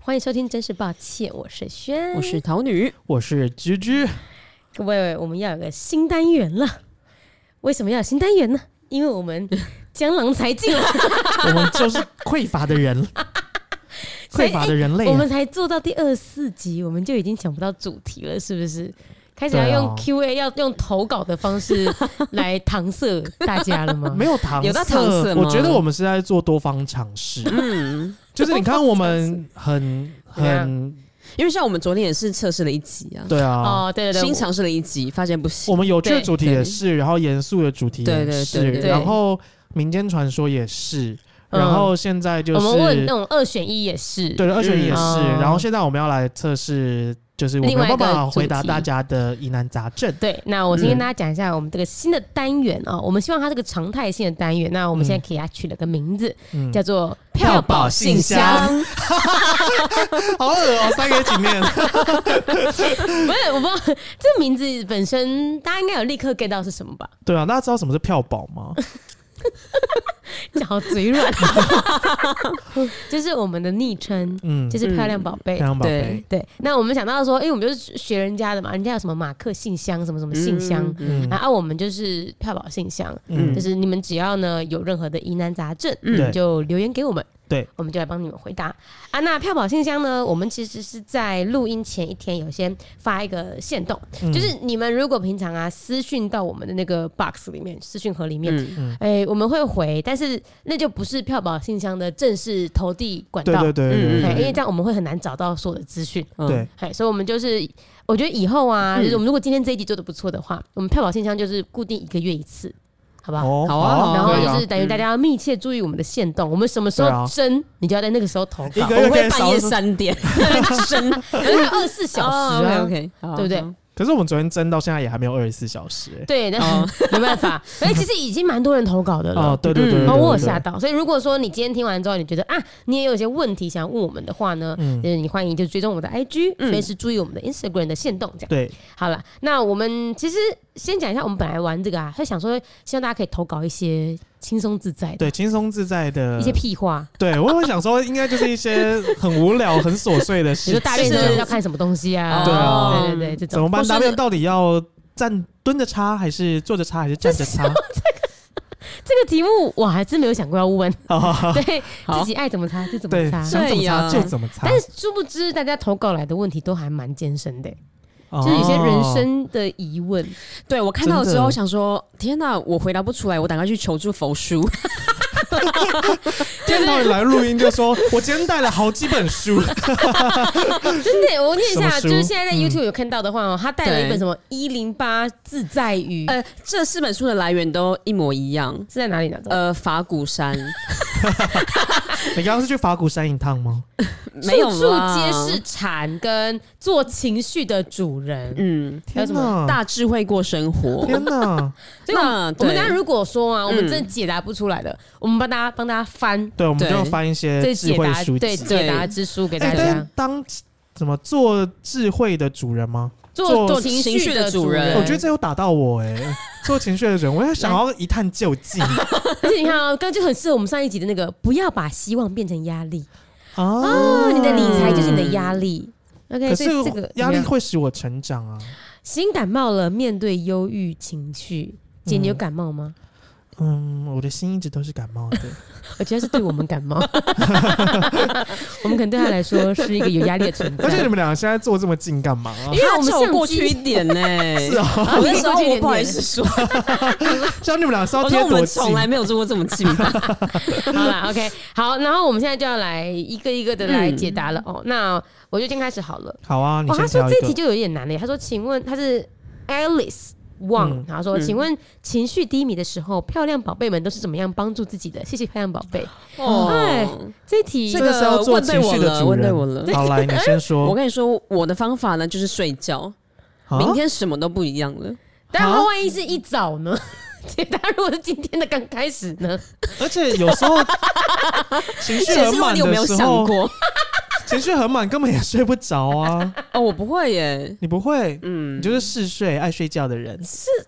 欢迎收听，真是抱歉，我是轩，我是桃女，我是居居，各位，我们要有个新单元了。为什么要有新单元呢？因为我 们江郎才尽了，我们就是匮乏 的人，匮乏的人类我哎啊。们才做到第二十四集，我们就已经想不到主题了，是不是？开始要对啊用 Q A，、要用投稿的方式来搿塞大家了吗？ 没有搪塞，有到搪塞吗我觉得我们是在做多方尝试，嗯，就是你看我们很怎样很因为像我们昨天也是测试了一集啊，对啊，哦，对对对，新尝试了一集，发现不行我，们有趣的主题对也是，然后严肃的主题对也对是对对，对然后民间传说也是，嗯然后现在就我是们问那种二选一也是，对二选一也嗯是，哦然后现在我们要来测试，就是我们另有外一没个有办法回答主题大家的疑难杂症。对，那我先跟嗯大家讲一下我们这个新的单元啊、我们希望它是个常态性的单元。那我们现在给它取了个名字，嗯，叫做“票宝信箱，好恶哦、三个一 起念。不是，我不知道这名字本身，大家应该有立刻 get 到是什么吧？对啊，大家知道什么是票宝吗？脚嘴 软，就是我们的昵称，嗯，就是漂亮宝贝漂。亮宝贝对。对，那我们想到说，因为我们就是学人家的嘛，人家有什么马克信箱，什么什么信箱，嗯啊，啊我们就是票宝信箱，嗯就是你们只要呢有任何的疑难杂症，对就留言给我们，对，我们就来帮你们回答啊。那票宝信箱呢，我们其实是在录音前一天有先发一个限动，嗯就是你们如果平常啊私讯到我们的那个 box 里面，私讯盒里面。嗯，哎、我们会回，但是那就不是票宝信箱的正式投递管对道，对对对嗯哎对因为这样我们会很难找到所有的资讯。嗯对，哎，所以我们就是，我觉得以后啊，嗯就是我们如果今天这一集做的不错的话，我们票宝信箱就是固定一个月一次，好不好？哦好啊好啊然后可以就啊是等于大家要密切注意我们的限动，我们什么时对候啊争，你就要在那个时候投一稿，个月我可会以半少夜。三 点 真二十四小时啊。 ，OK，对对不对？可是我们昨天争到现在也还没有二十四小时欸。对，那、哦 没办法，而且其实已经蛮多人投稿的了。哦，对嗯对对对，然后对我有对吓到，所以如果说你今天听完之后，你觉得啊，你也有一些问题想问我们的话呢，嗯，就是你欢迎就追踪我们的 IG，嗯随时注意我们的 Instagram 的限动这样。对，好了，那我们其实先讲一下，我们本来玩这个啊，会想说希望大家可以投稿一些轻松自在的，对，轻松自在的一些屁话，对我会想说，应该就是一些很无聊、 很琐碎的比事如说情。大便的是时候要看什么东西啊，对啊对对对，这怎种么办？或是大便到底要站蹲着擦，还是坐着擦，还是站着 擦？这个题目我还真没有想过要问， 哦对好自己爱怎么擦就怎么对，擦。想怎么对呀擦就怎么擦。但是殊不知，大家投稿来的问题都还蛮艰深的、哦就就是有些人生的疑 问。 对我看到真之的后想说，天哪，我回答不出来，我赶快去求助佛书。见到你来录音就说， 我今天带了好几 本书。真的，我念一下，就什么书是现在在 YouTube 有看到的话哦，他带了一本嗯对什么《一零八自在语》， 呃，这四本书的来源都一模一样。是在哪里拿到？呃，法鼓山你刚刚是去法鼓山一趟吗？没有处处啦皆是禅，跟做情绪的主人。嗯，还有天什么哪！大智慧过生活。天哪！所以我们那我对们大家如果说啊，我们嗯真的解答不出来的，我们帮大家帮大家翻对，我们对就翻这一些智解慧答书对籍。解答之书给大哎，家但。当怎么做智慧的主人吗？做做做情情绪绪的的主主人人，我觉得这有打到我 哎、做情绪的人，我也想要一探究竟而且你看啊，刚刚就很适合我们上一集的那个，不要把希望变成压力啊哦，你的理财就是你的压力。OK，嗯可所是以这个怎压力么样会使我成长啊。新感冒了，面对忧郁情绪，姐你有感冒吗？嗯，我的心一直都是感冒的。啊我觉得是对我们感 冒，我们可能对他来说是一个有压力的存在而。且你们俩现在坐这么近干 嘛、因为我们他相机叫我过去一点呢、是啊，啊，那时候我不好意思说，哦像你们俩是要我贴说我多们近？从来没有做过这么近吧。好了，OK，好，然后我们现在就要来一个一个的来解答了、哦。那我就先开始好了。好啊，你哦，他说先挑一这题个。就有点难了耶。他说：“请问他是 Alice Wang，、嗯然后说，嗯请问情绪低迷的时候，漂亮宝贝们都是怎么样帮助自己的？谢谢漂亮宝贝。哎哦，这题这个是要做问对情我绪的了，主问对人。我 了。好，来你先我说。跟你说，我的方法呢就是睡觉，哦啊明天什么都不一样了。但他万一是一早呢？ 解答如果是今天的刚开始呢？ 而且有时候情绪这很是问满你有没的有时想候，过？情绪很满，根本也睡不着啊。 哦，我不会耶，你不会，嗯，你就是嗜睡、爱睡觉的人，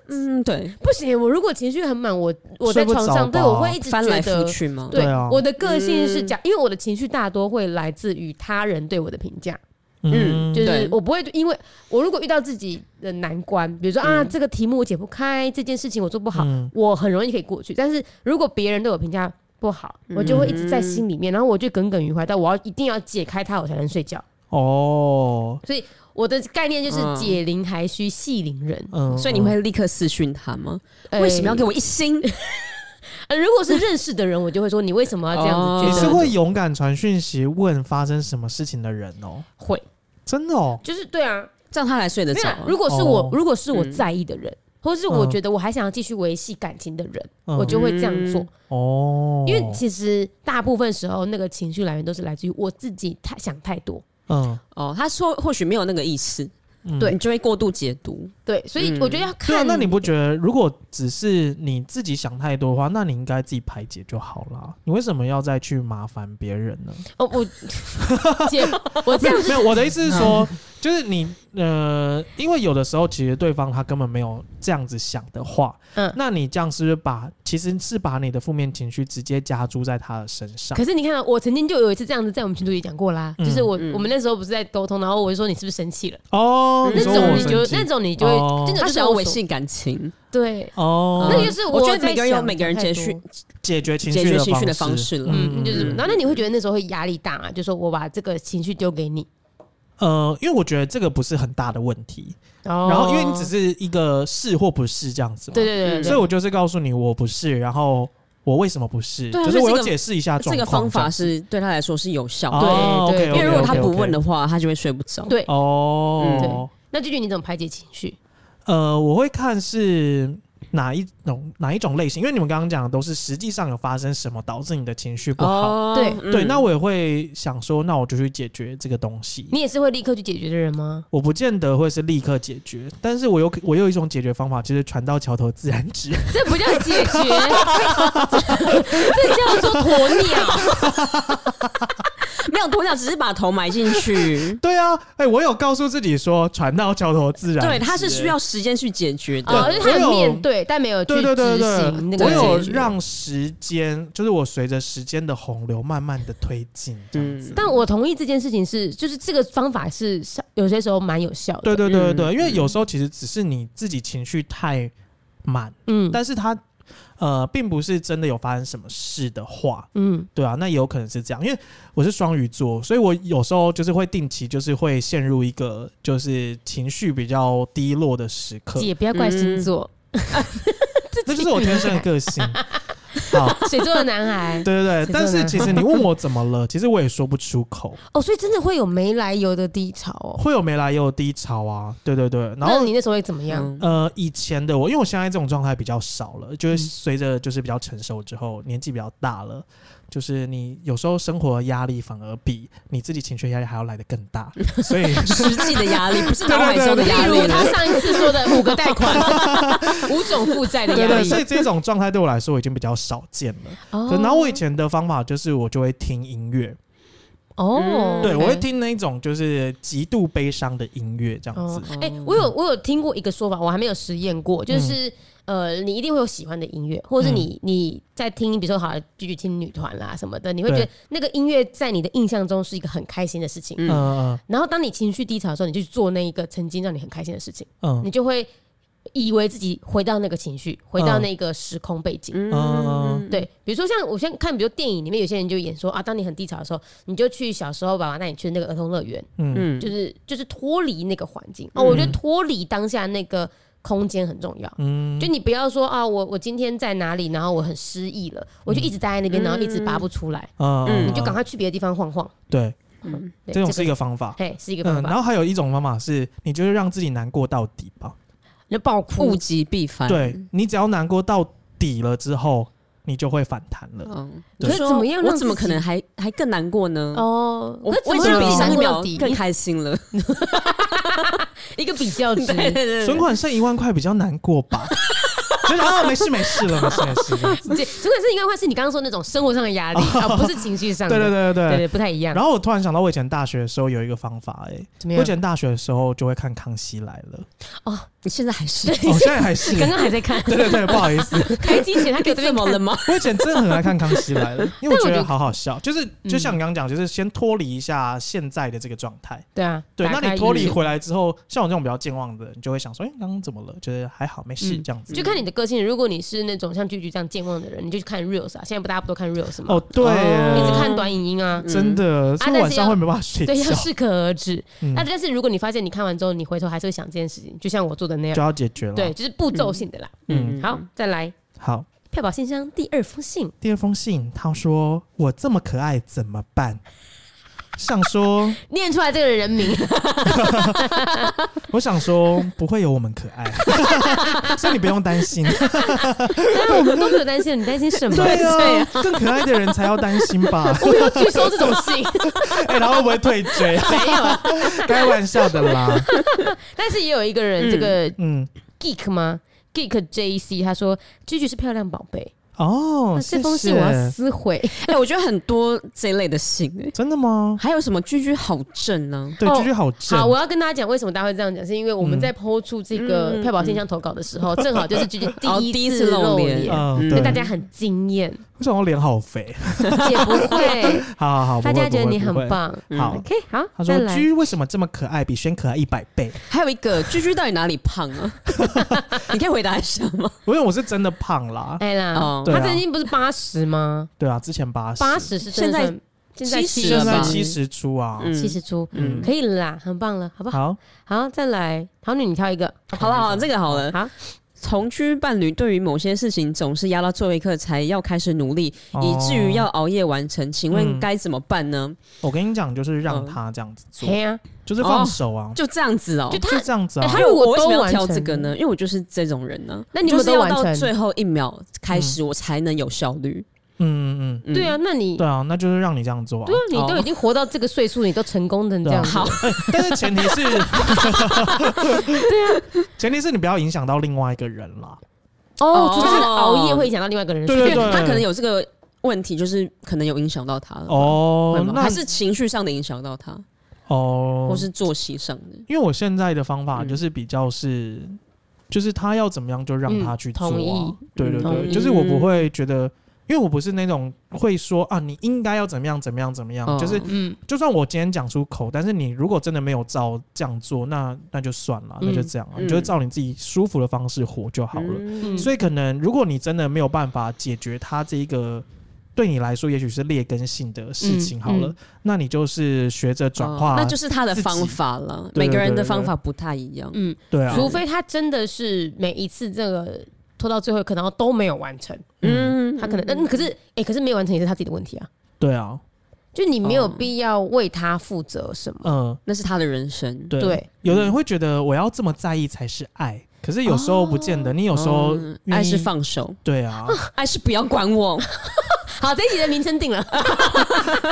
嗯，对，不行，我如果情绪很满，我我在睡不床着上，对吧我会一直翻来觉得，覆去吗？对对啊我的个性是假，因为我的情绪大多会来自于他人对我的评价，嗯就对是我不会因为我如果遇到自己的难关，比如说啊嗯这个题目我解不开，这件事情我做不好，嗯我很容易可以过去，但是如果别人对我评价不好，嗯我就会一直在心里面，然后我就耿耿于怀，到我要一定要解开它，我才能睡觉。哦，我的概念就是嗯解铃还需系铃人。嗯所以你会立刻私讯他吗？呃为什么要给我一星？呃如果是认识的人，我就会说你为什么要这样子嗯哦你觉是得？会勇敢传讯息问发生什么事情的人哦， 会，真的哦，就是对啊。这样他才睡得没着有啊。啊，如果是我，哦如果是我嗯在意的人，或是我嗯觉得我还想要继续维系感情的人，嗯我就会这样做。嗯哦，因为其实大部分时候，那个情绪来源都是来自于我自己太想太多。嗯哦，他说或许没有那个意思，嗯你就会过度解读。对，所以嗯我觉得要对啊，看。那你不觉得，如果只是你自己想太多的话，那你应该自己排解就好啦。你为什么要再去麻烦别人呢？哦， 我姐，我这样没有，我的意思是说，就是你呃，因为有的时候其实对方他根本没有这样子想的话，嗯那你这样是不是把其实是把你的负面情绪直接加注在他的身上可？是你看啊、我曾经就有一次这样子在我们群组里讲过啦，嗯就是我、嗯我们那时候不是在沟通，然后我就说你是不是生气了？哦，那说种我你生就气那种你就会、哦那种他就想要维系感情，对。哦，那个就是我觉得在每个人有想每个人太多解决解决情解绪决的情绪的方方，式了。嗯，嗯就是嗯，然后那你会觉得那时候会压力大啊，就说我把这个情绪丢给你，呃，因为我觉得这个不是很大的问题，哦然哦然后因为你只是一个是或不是这样子嘛，对对对对，所以我就是告诉你我不是，然后我为什么不是，对啊就所是以我这有个解释一下状这况。个方法这样是对他来说是有效的，哦对对 OK，OK，OK，OK 因为如果他不问的话，他就会睡不着。对嗯哦，那就觉得你怎么排解情绪？呃，我会看是哪一种哪一种类型，因为你们刚刚讲的都是实际上有发生什么导致你的情绪不好。哦，对嗯对，那我也会想说，那我就去解决这个东西。你也是会立刻去解决的人吗？ 我不见得会是立刻解决，但是我有我有一种解决方法，就是船到桥头自然直。。这不叫解决， 这叫做鸵鸟。没有鸵鸟，只是把头埋进去 对啊，哎、我有告诉自己说，船到桥头自然直。对，它是需哎要时间去解决的。嗯哦，而且他有我有面对，但没有去对对对执行那个对，我有解决。让时间，就是我随着时间的洪流慢慢的推进，这样子。嗯但我同意这件事情是，就是这个方法是有些时候蛮有效的。对对对对对，嗯因为有时候其实只是你自己情绪太满，嗯但是它呃，并不是真的有发生什么事的话，嗯，对啊，那也有可能是这样，因为我是双鱼座，所以我有时候就是会定期就是会陷入一个就是情绪比较低落的时刻，姐不要怪星座，那就是我天生的个性。好， 水做的男孩对对对，谁但做是呢其实你问我怎么了，其实我也说不出口，哦，所以真的会有没来由的低潮哦。会有没来由的低潮啊，对对对，然后那你那时候会怎么样？嗯呃，以前的我，因为我现在这种状态比较少了，就是嗯随着就是比较成熟之后，年纪比较大了，就是你有时候生活的压力反而比你自己情绪压力还要来的更 大，所以 实际的压力不是脑海中的例压力如了他上一次说的五个贷款、 五种负债的对压对，力所。以这种状态对我来说已经比较少见了。可然后我以前的方法就是我就会听音乐，哦嗯，对 OK 我会。听那种就是极度悲伤的音乐这样哦子。，嗯哎、我有我有听过一个说法，我还没有实验过，就是、呃，你一定会有喜欢的音乐，或者是你、你在听，比如说好，继续听女团啦什么的，你会觉得对那个音乐在你的印象中是一个很开心的事情。嗯嗯嗯然后当你情绪低潮的时候，你就去做那一个曾经让你很开心的事情，嗯你就会以为自己回到那个情绪，回到嗯那个时空背景。嗯对，比如说像我先看，比如电影里面有些人就演说啊，当你很低潮的时候，你就去小时候爸爸带你去那个儿童乐园，嗯嗯，就是就是脱离那个环境。哦，我觉得嗯脱离当下那个空间很重要。嗯就你不要说啊，我我今天在哪里，然后我很失意了，我就一直待在那边，然后一直拔不出来，嗯，你就赶快去别的地方晃晃。对，嗯对这种个是一个方法。嘿是一个嗯，方然法，后还有一种方法是，你就是让自己难过到底吧。你就爆哭物。极必反。对你只要难过到底了之后，你就会反弹了。嗯，对你可说是怎么样让我怎么自己可能还还更难过呢？哦，我可怎我已么经让比你上难一过到秒底？更开心了。一个比较值， 对对哦 存款剩一万块比较难过吧？就是哦，没事没事了，没事没事这样子。这这个是应该会是你刚刚说那种生活上的压 力啊，不是情绪上对的。对对对对对。不太一样。然后我突然想到，我以前大学的时候有一个方法、欸，怎么哎，我样以？前大学的时候就会看《康熙来 了，你现在还是》我现在还是。刚刚还在看对对对，不好意思， 开机前，他 给我这怎边么看了吗？我以前真的很爱看《康熙来 了》，因为但我觉我觉得得好好笑，就是就像你刚刚讲，就是先脱离一下现在的这个状态。对啊，对，打那开你脱离 YouTube 回来之后，像我这种比较健忘的人，你就会想说，哎、刚刚怎么了？就是还好，没事嗯这样子。就看你的个性。如果你是那种像句句这样健忘的人，你就去看 reels 啊。现在不大家不都看 reels 吗？哦，对耶，一直哦看短影音啊。嗯真的，所以我晚上会没办法睡对，要觉，适可而止。嗯那、但是如果你发现你看完之后，你回头还是会想这件事情，就像我做的那样就，要解决了。对，，就是步骤性的啦。啊嗯，好，再来好。票宝信箱第二封信，第二封信，他说：“我这么可爱怎么办？” 想说，念出来这个人名， 我想说，不会有我们可爱， 所以你不用担心。当然我们都没有担心，你担心什么？对啊，更可爱的人才要担心 吧？我有拒收这种信， 哎、然后会不会退追？没有啊。开玩笑的啦。但是也有一个人，这个嗯， geek 吗？geek J C 他说：“居居是漂亮宝贝。”哦那，谢这封信谢我要撕毁。 哎、我觉得很多这一类的信、哎真的吗？还有什么居居好正呢、对，哦居居好正。好，我要跟大家讲为什么大家会这样讲，是因为我们嗯在抛出这个嗯票宝信箱投稿的时候，正好就是居居哦第第一一次次露露脸脸，嗯，所嗯对，以大家很惊艳，我想我脸好肥，也不会，好好好，不大会家觉得不会你不很会棒。嗯好， OK，好，他再说来。居为什么这么可爱，比轩可爱一百倍？还有一个居居到底哪里胖 啊？你可以回答一下吗？因为我是真的胖 啦，哎啦哦，对他啊曾经不是八十吗？对啊，之前八十，八，十是真的算现在70现了在吧？七十出啊。嗯七十出，嗯可以了啦，很棒了，好不好？好，好，再来，桃女你挑一个，好啊了好了，这个好了。好，同居伴侣对于某些事情总是压到最后一刻才要开始努力，以至于要哦熬夜完成，请问嗯该怎么办呢？我跟你讲，就是让嗯他这样子做，嘿呀，就是放手啊，就这样子哦、就就他这样子啊哎。他因为如果我为什么都要完挑这成个呢？因为我就是这种人呢、那你就们是都要完到成最后一秒开始，嗯我才能有效率。嗯嗯嗯对啊，，那你嗯，对啊，那就是让你这样做啊对。啊，你哦都已经活到这个岁数，你都成功成这样子，好，但是前 提是，对啊，啊 前提是你不要影响到另外一个人啦。哦，主要是哦熬夜会影响到另外一个人的对睡对眠对他可能有这个问题，就是可能有影响到他了。会哦，吗？那还是情绪上的影响到他，哦，或是作息上的？因为我现在的方嗯法就是比较是，就是他要怎么样就让他去做、啊嗯同意对对嗯同对，意就是我不会觉得，因为我不是那种会说啊，你应该要怎么样怎么样怎么样，哦就是嗯，就算我今天讲出口，但是你如果真的没有照这样做，那那就算了，嗯那就这样、啊，嗯你就照你自己舒服的方式活就好了。嗯所以可能如果你真的没有办法解决他这一个。对你来说，也许是劣根性的事情好嗯了，嗯那你就是学着转哦化，那就是他的自己方法了。对对每个人对的对方法不太一样。嗯，对啊，除非他真的是每一次这个拖到最后，可能都没有完成，嗯，他可能，嗯，可是，哎，可是没有完成也是他自己的问题啊，对啊，就你没有哦必要为他负责什么，嗯、那是他的人生。对，对嗯有的人会觉得我要这么在意才是爱，可是有时候不见得，哦你有时候嗯愿意爱是放手，对啊，爱是不要管我。好，这一集的名称定了，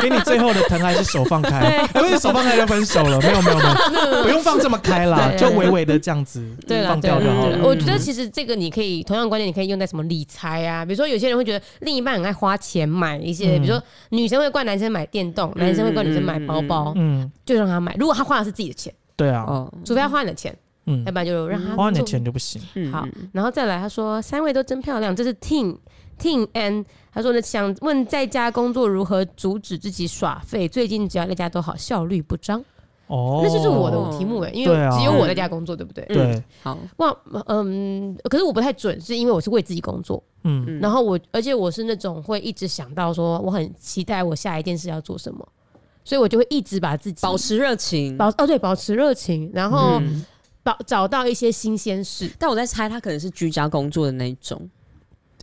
给你最后的疼爱是手 放开，哎不是手放开就分手了，没有没有没有，不用放这么开啦，嗯对就对微微的这样子 对啦放对啦掉就好对了嗯啦。我觉得其实这个你可以同样的观点，你可以用在什么理财啊，比如说有些人会觉得另一半很爱花钱买一些，嗯比如说女生会怪男生买电动，嗯男生会怪女生买包包，嗯，就让他买。如果他花的是自己的钱，对啊，哦，除非他花你的钱，嗯要，不然就让哎他花你的做钱就不行。嗯好，然后再来，他说三位都真漂亮，这是 Ting Ting and 他说呢，想问在家工作如何阻止自己耍废？最近只要在家都好，效率不彰。哦，那就是我的题目哎、因为对啊只有我在家工作，对不对？嗯对，好，哇，嗯，可是我不太准，是因为我是为自己工作，嗯，然后我而且我是那种会一直想到说我很期待我下一件事要做什么，所以我就会一直把自己保持热情。保哦对保持热情，然后嗯保找到一些新鲜事，但我在猜，他可能是居家工作的那一种，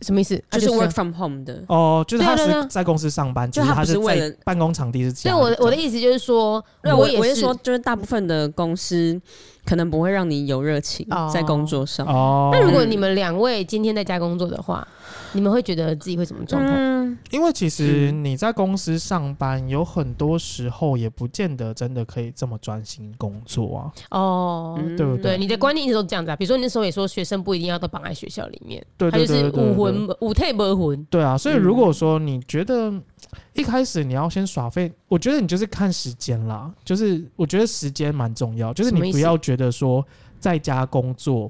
什么意思？啊就是啊 work from home 的。哦，就是他对啊对是对在公司上班，就只他是他不是是为在了办公场地是所这以样。我的我的意思就是说，对，我我也我是是说，就是大部分的公司可能不会让你有热情哦在工作上。哦那如果你们两位今天在家工作的话，你们会觉得自己会什么状态？嗯，因为其实你在公司上班，有很多时候也不见得真的可以这么专心工作啊。哦，嗯对不对，你的观念一直都这样子啊。比如说你那时候也说学生不一定要都绑在学校里面，对他对就对是对对五对魂五退不魂。对啊，所以如果说你觉得嗯一开始你要先耍废，我觉得你就是看时间啦，就是我觉得时间蛮重要，就是什么你意不思要觉得说在家工作。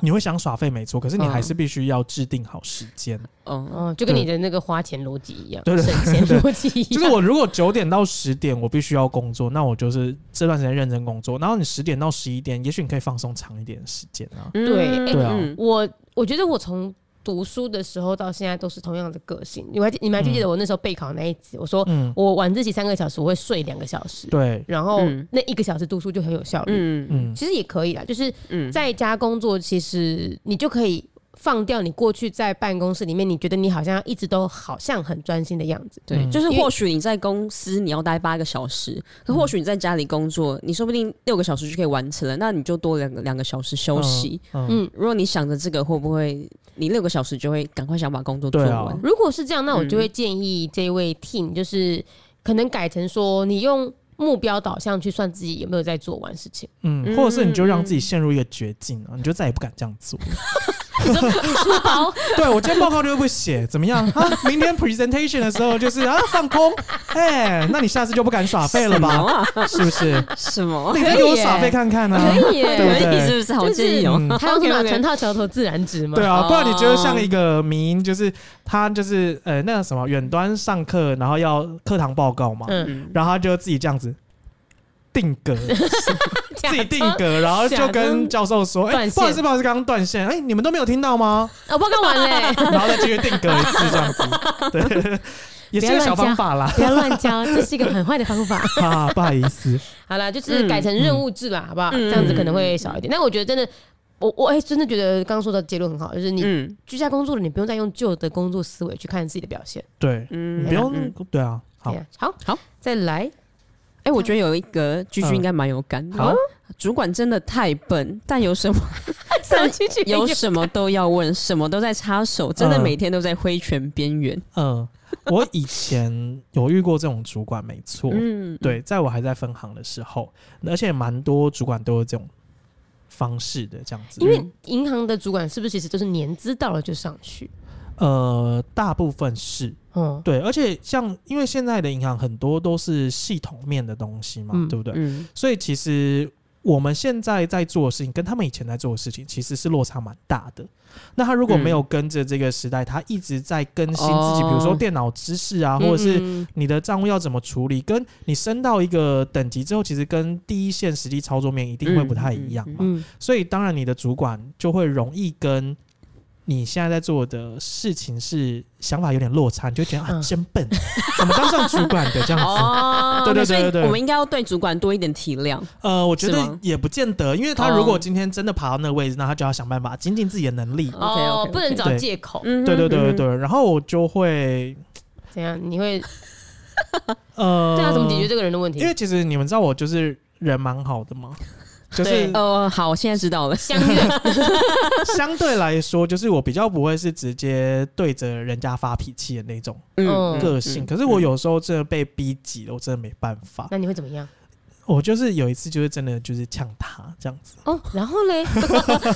你会想耍废没错，可是你还是必须要制定好时间。哦，哦，就跟你的那个花钱逻辑一样，对对省钱逻辑一样。 就是我如果九点到十点我必须要工作，那我就是这段时间认真工作。然后你十点到十一点，也许你可以放松长一点的时间啊。嗯对哎对啊嗯 我我觉得我从读书的时候到现在都是同样的个性。你们还记你们还记得我那时候备考那一集，我说嗯，我晚自习三个小时，我会睡两个小时，对，然后嗯那一个小时读书就很有效率。嗯嗯嗯，其实也可以啦，就是嗯，在家工作，其实你就可以放掉你过去在办公室里面，你觉得你好像一直都好像很专心的样子。对，嗯就是或许你在公司你要待八个小时，可嗯或许你在家里工作，你说不定六个小时就可以完成了，那你就多两个两个小时休息。嗯，嗯嗯，如果你想着这个，会不会你六个小时就会赶快想把工作做对完？啊如果是这样，那我就会建议这位 team 就是可能改成说，你用目标导向去算自己有没有在做完事情。嗯，嗯或者是你就让自己陷入一个绝境啊，你就再也不敢这样做。书包 对我今天报告就会写，怎么样啊？明天 presentation 的时候就是啊放空，哎、那你下次就不敢耍废了什吧？么啊？是不是？ 什么？你可以给我耍废看看啊！可以 耶，对不可以对是不是？好就是建议哦。嗯他用什么 OK，OK 船到桥头自然直嘛。对啊，哦不然你觉得像一个名，就是他就是呃那个什么远端上课，然后要课堂报告嘛，嗯，嗯然后他就自己这样子定格，自己定啊，格，然后就跟教授说：“哎、断线不好意思，不好意思，刚刚断线，哎、你们都没有听到吗？”哦我报告完嘞， 然后再继续定格一次这样子，对，也是个小方法啦。不要乱教，这是一个很坏的方法。 啊，不好意思，好了，就是改成任务制啦，好不好？这嗯样子可能会少一点。但我觉得真的，我我哎、真的觉得刚刚说的结论很好，就是你嗯居家工作了，你不用再用旧的工作思维去看自己的表现。对，嗯你不用，对啊，好对，啊，好，好，再来，哎、我觉得有一个居居应该蛮有感的。嗯好，主管真的太笨，但有什么上去去 有什么都要问，什么都在插手，真的嗯每天都在挥拳边缘。嗯，我以前有遇过这种主管，没错，嗯，对，在我还在分行的时候，而且蛮多主管都有这种方式的，这样子，因为银行的主管是不是其实都是年资到了就上去？呃，大部分是嗯，对，而且像因为现在的银行很多都是系统面的东西嘛，嗯对不对？嗯，所以其实我们现在在做的事情，跟他们以前在做的事情，其实是落差蛮大的。那他如果没有嗯跟着这个时代，他一直在更新自己，哦比如说电脑知识啊，或者是嗯你的账务要怎么处理，跟你升到一个等级之后，其实跟第一线实际操作面一定会不太一样嘛。嗯，所以当然你的主管就会容易跟。你现在在做的事情是想法有点落差，你就觉得啊嗯真笨， 怎么当上主管的这样子？哦啊对对对所以对对我们应该要对主管多一点体谅。呃，我觉是得吗也不见得，因为他如果哦今天真的爬到那个位置，那他就要想办法精进自己的能力。哦， OK，OK，OK 不能找对借口，嗯哼对对对嗯对，哼对，然后我就会怎样？你会呃，对啊？怎么解决？这个人的问题因？为其实你们知道我就是人蛮好的嘛，就是对呃，好，我现在知道了。相 约 相对来说，就是我比较不会是直接对着人家发脾气的那种嗯个性。可是我有时候真的被逼急了，我真的没办法。那你会怎么样？我就是有一次就是真的就是呛他这样子，哦，然后嘞，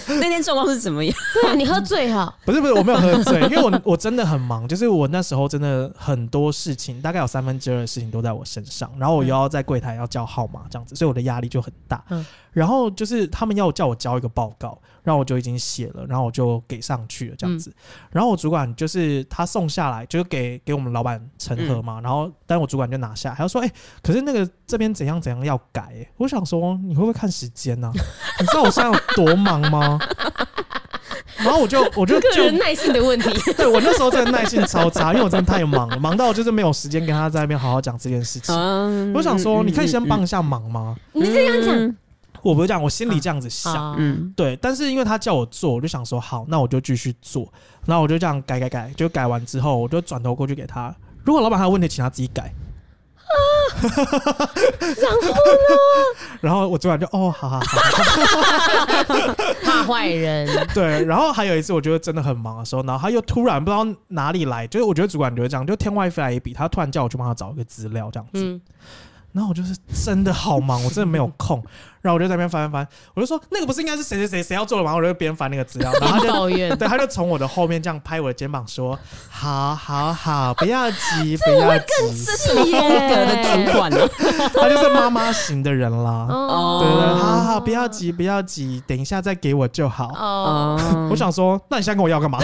那天状况是怎么样？对啊，你喝醉哈，不是不是，我没有喝醉，因为我我真的很忙， 就是我那时候真的很多事情，大概有三分之二的事情都在我身上，然后我又要在柜台要叫号码这样子，所以我的压力就很大。嗯然后就是他们要叫我交一个报告，然后我就已经写了，然后我就给上去了这样子。然后我主管就是他送下来，就是给给我们老板审核嘛，然后但我主管就拿下来，他就说：“哎、可是那个这边怎样怎样要改、欸我想说你会不会看时间啊呢、你知道我现在有多忙吗？然后我就我就个就人耐性的问题。对我那时候真的耐性超差，因为我真的太忙了，忙到我就是没有时间跟他在那边好好讲这件事 情。哦嗯 我想说，你可以先帮嗯一下忙吗？你这样讲，我不是这样，我心里这样子想。啊，嗯对，但是因为他叫我做，我就想说好，那我就继续做。然后我就这样改改改，就改完之后，我就转头过去给他。如果老板还有问题，请他自己改。啊 然后我昨晚就哦，好好好，怕坏人，对。然后还有一次，我觉得真的很忙的时候，然后他又突然不知道哪里来，就是我觉得主管就会这样，就天外飞来一笔，他突然叫我去帮他找一个资料这样子。嗯，然后我就是真的好忙，我真的没有 空。然后我就在那边翻翻翻，我就说那个不是应该是谁谁谁谁要做的吗？我就边翻那个资料，然后 他就抱怨。啊对，他就从我的后面这样拍我的肩膀说：“好好好，不 要急，不要急。这什么风格的主管呢、”啊他就是妈妈型的人啦。哦对对，对哦好好好，不要急。急，不要急，等一下再给我就好。哦， 哦，我想说，那你现在跟我要干嘛？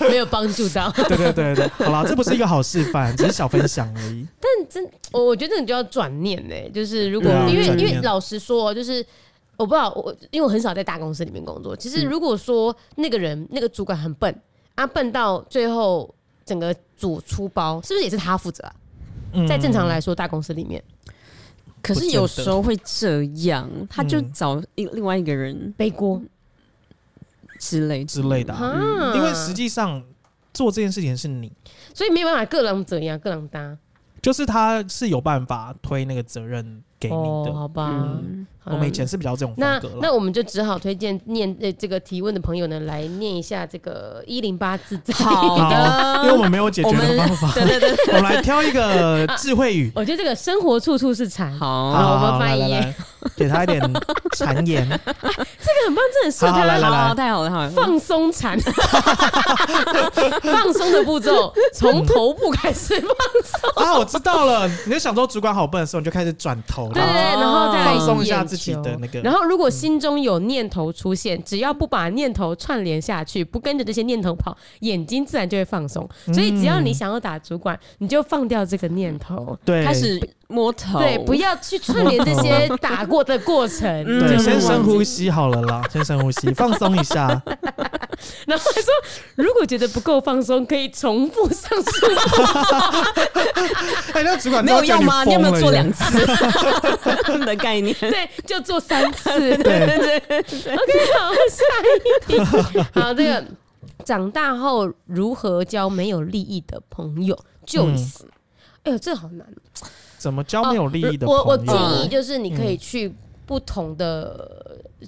没有帮助到。 对对对对，好啦，这不是一个好示范，只是小分享而已。我我觉得你就要转念呢、就是如果、对啊因为转因念为老实说哦，就是我不知道我因为我很少在大公司里面嗯工作。其实如果说那个人那个主管很笨，啊笨到最后整个组出包，是不是也是他负责啊？嗯在正常来说，大公司里面可是有时候会这样，他就嗯找另另外一个人背锅之类的。之类的啊，啊，因为实际上做这件事情是你，所以没有办法各狼怎样各狼搭就是他是有办法推那个责任给你哦，的。好吧。嗯，好我啦们以前是比较这种风那格那了。我们就只好推荐念呃这个提问的朋友呢，来念一下这个一零八字字。好好，因为我的，们没有解决的方法，对对对，我们来挑一个智慧语。 我觉得这个生活处处是财，好，好我们好翻来页来来给他一点谗言。这很棒，这很适好合好来来他好，来，太好了，嗯太好了，放松禅，放松的步骤从头部开始放，啊，我知道了。你就想说主管好笨的时候，你就开始转头对对了。对，然后再放松一下眼自己球的那个嗯然后如果心中有念头出现，只要不把念头串联下去，不跟着这些念头跑，眼睛自然就会放松。所以嗯只要你想要打主管，你就放掉这个念头。对，开始摸头，对，不要去串联这 些打过的过程，嗯对，就先是深呼吸好了啦，先深呼吸，放松一下。然后还说，如果觉得不够放松，可以重复上 述。哎，那主管没都有觉得用吗？你有没有疯了做耶两次 的概念？对，就做三次。 对， OK，好，下一题。好，这个长大后如何交没有利益的朋友？Joyce，、哎呦，这好难。怎么交没嗯有利益的朋哦我友？我建友议就是你可以去不同的，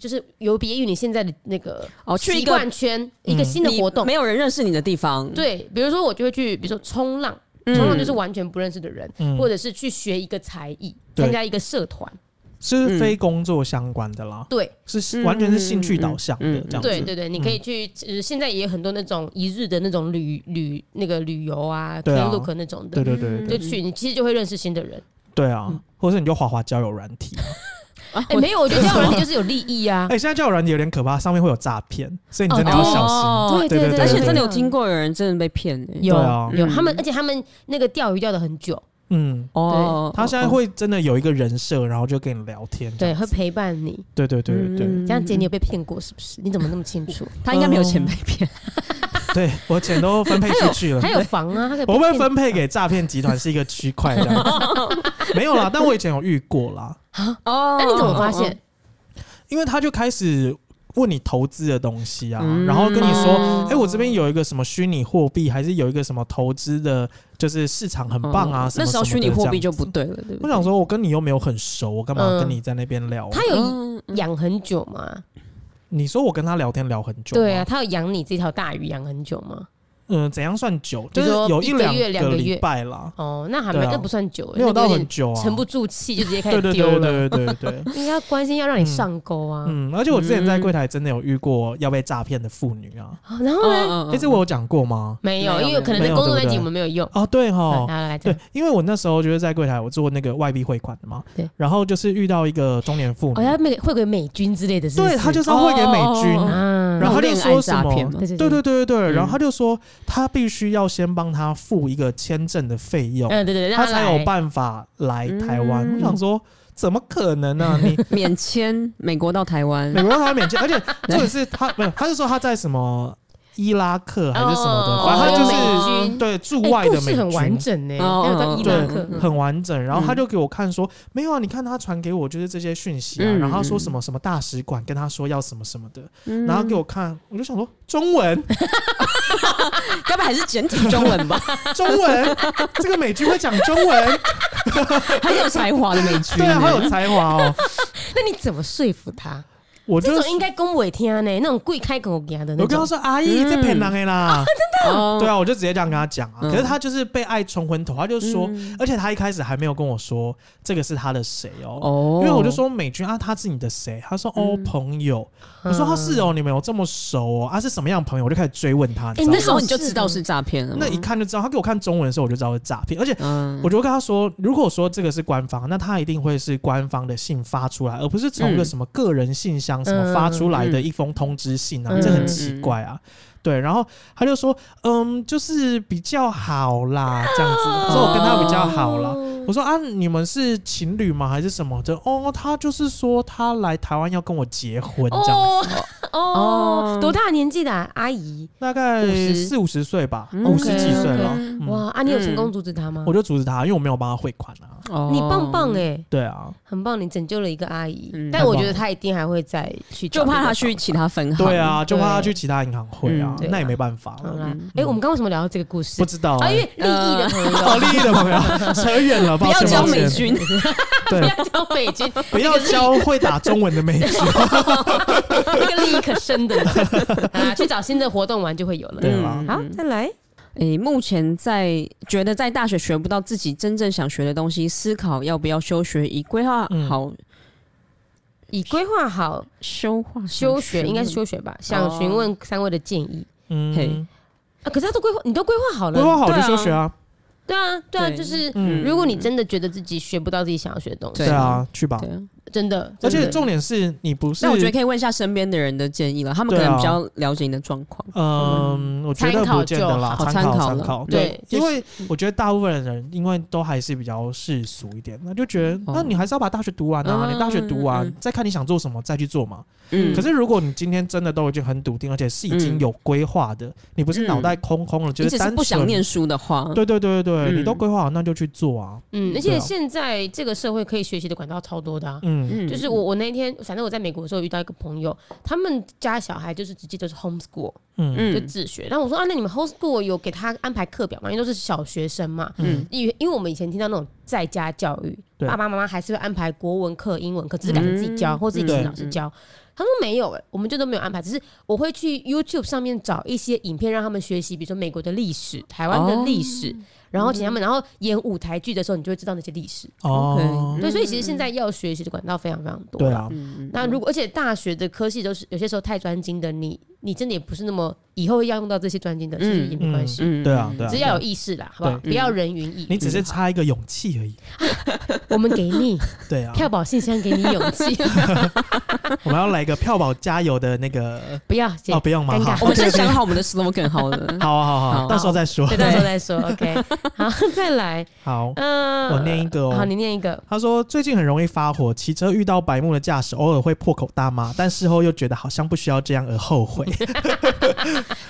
就是有别于你现在的那个哦去一个习惯圈，一嗯个新的你活动没。有人认识你的地方，对，比如说我就会去，比如说冲浪，嗯，冲浪就是完全不认识的人，嗯或者是去学一个才艺，对参加一个社团。是非工作相关的啦，对，是嗯完全是兴趣导向的嗯嗯这样对子。对对，你可以去，呃，现在也有很多那种一日的那种旅旅那个旅游啊对啊 k look 那种的，对对对嗯就对去，你其实就会认识新的人。对啊！或者你就滑滑交友软体啊，啊哎，我没有，我觉得这样人你就是有利益啊。哎，现在交友软体有点可怕，上面会有诈骗，所以你真的要小心。哦对对对对，对而且对真的有听过有人真的被骗欸有对啊有嗯他们，而且他们那个钓鱼钓的很久，嗯，哦，他现在会真的有一个人设，然后就跟你聊天这对，样会子。陪伴你。对对对对嗯对，这样姐，你有被骗过是不是？你怎么那么清 楚？他应该没有钱被骗，对我钱都分配出去了还。有房啊，他可以我被会骗分配给诈骗集团是一个区块这 嗯样子，没有啦，但我以前有遇过啦，哦哎那你怎么发现？？因为他就开始问你投资的东西啊，嗯然后跟你说，哦哎、我这边有一个什么虚拟货币，还是有一个什么投资的，就是市场很棒啊，哦什么那时候什么虚的拟货币这就样子不。对了，对不我对？想说，我跟你又没有很熟，我干嘛嗯跟你在那边聊、啊？他有嗯，养很久吗？你说我跟他聊天聊很久，对啊，，他有养你这条大鱼养很久吗？嗯，怎样算久？你就说是有一个两月两个礼月拜啦，哦，那还没对啊那不算久，没那有个到点很久啊，沉不住气，就直接开对始对丢对了。对对对对。应该要关心，要让你上钩啊。嗯，而且我之前在柜台真的有遇过要被诈骗的妇女啊，哦然后呢？嗯哎、这我有讲过吗？没有，没有因为可能没有工作那对不集对我们没有用。哦，对哈好，来来，对，因为我那时候就是在柜台，我做那个外币汇款的嘛，对，然后就是遇到一个中年妇我女，要美会给美军之类的是不是，对，她就是要汇给美军，哦啊，然后他就说什那种恋爱诈么骗吗对对对对对对对，嗯然后她就说她必须要先帮她付一个签证的费用，嗯对对对，让她才有来办法来台湾。嗯我想说，怎么可能呢、嗯你免签美国到台湾美，国让她 免签，而且重点是她，不是，她是说她在什么伊拉克还是什么的，哦反正就她就是美军对对驻哎外的故美事很完剧整呢，哦还有到伊拉对克，嗯很完整。然后他就给我看说，没有啊，你看他传给我就是这些讯息啊，嗯然后他说什么什么大使馆跟他说要什么什么的，嗯然后给我看，我就想说中 文 该不会还是简体中文吧？中文，这个美剧会讲中文，很有才华的美剧呢，对啊，好有才华 哦。那你怎么说服他？我就这种应该恭维听呢，那种跪开口给他的那我跟种。他说阿姨嗯这骗人的啦， 哦对啊，我就直接这样跟他讲啊。嗯可是他就是被爱冲昏头，他就说，嗯而且他一开始还没有跟我说这个是他的谁哦。哦嗯因为我就说美军啊，他是你的谁？他说哦，朋友。我嗯说他是哦，你们有这么熟哦？啊，是什么样的朋友？我就开始追问他，诶你知道那吗？时候你就知道是诈骗了吗，那一看就知道，他给我看中文的时候，我就知道是诈骗。而且嗯嗯我就跟他说，如果说这个是官方，那他一定会是官方的信发出来，而不是从一个嗯什么个人信箱什么发出来的一封通知信啊，嗯这很奇怪啊。对，然后他就说，嗯，就是比较好啦，这样子，说我跟他比较好啦。我说啊，你们是情侣吗？还是什么的？哦，他就是说他来台湾要跟我结婚这样，哦哦哦，多大年纪的啊阿姨？大概50四五十岁吧，嗯五十几岁吧。 OK，OK 嗯哇啊，你有成功阻止他吗我？就阻止他，因为我没有帮他汇款啊。哦你棒棒哎，对啊，很棒，你拯救了一个阿姨嗯，但我觉得他一定还会再去找别的就怕方法，他去其他分行，对啊，就怕他对去其他银行汇啊嗯，对啊那也没办法好了。啦嗯，哎，我们刚刚为什么聊到这个故事不？知道啊，因为欸，嗯利益的朋好友，利益的朋友， 扯远了，不抱要歉，教抱美歉。 军， 不对，要讲北京， 不要教会打中文的 美剧。那个利益可深 的呢啊，去找新的活动玩就会有了。对啦嗯好，再来，啊诶，目前在觉得在大学学不到自己真正想学的东西，思考要不要休学，以规划嗯好已规划好修化休学，应该是休学嗯吧？想询问三位的建议嗯嘿，哦啊。可是他都规划，你都规划好规划了，好就对啊休学啊，对啊，对啊，对就是嗯如果你真的觉得自己学不到自己想要学的东西对，对啊，去吧对。啊。真的，而且真的重点是你不是那我，觉得可以问一下身边的人的建议了，他们可对啊能比较了解你的状况。嗯，我觉得参考不见得啦，就好参好参考参了考。对因就为我觉得大部分的人，因为都还是比较世俗一点，那就觉得，那哦你还是要把大学读完啊，嗯你大学读嗯完嗯再看你想做什么，再去做嘛。嗯，可是如果你今天真的都已经很笃定，而且是已经有规划的，你不是脑袋空空了，就你是只单是纯不想念。书的话，对对对对对，嗯你都规划好，那就去做啊。嗯，而对且啊现在这个社会可以学习的管道超多的啊。嗯，嗯，就是我，我那一天，反正我在美国的时候遇到一个朋友，他们家小孩就是直接都是 homeschool，嗯就自学。然后我说啊，那你们 homeschool 有给他安排课表吗？因为都是小学生嘛。嗯嗯因为因为我们以前听到那种在家教育，对爸爸妈妈还是会安排国文课、英文课，只是改成自己教、嗯或自己请老师对教。他说没有、欸，我们就都没有安排，只是我会去 YouTube 上面找一些影片让他们学习，比如说美国的历史、台湾的历史，哦然后请他们，嗯然后演舞台剧的时候，你就会知道那些历史。哦，对，所以其实现在要学习的管道非常非常多。对。啊，嗯，嗯那如果而且大学的科系都是有些时候太专精的，你你真的也不是那么以后要用到这些专精的，其实也没关系，嗯对啊，对啊，只要有意识啦，好不好？对嗯不要人云亦云。你只是差一个勇气而已。 我们给 你对啊，跳保信箱，给你勇 气。我们要来个票宝加油的那个不要，姐哦，不用吗？尴好。尬， 我们先想好我们的 slogan 好了好啊好啊好啊，好到时候再说对，。到时候再说。OK，好， 再来， 好，嗯，我念一个好，哦。你念一个。他说最近很容易发火，骑车遇到白目的驾驶，偶尔会破口大骂，但事后又觉得好像不需要这样而 后悔。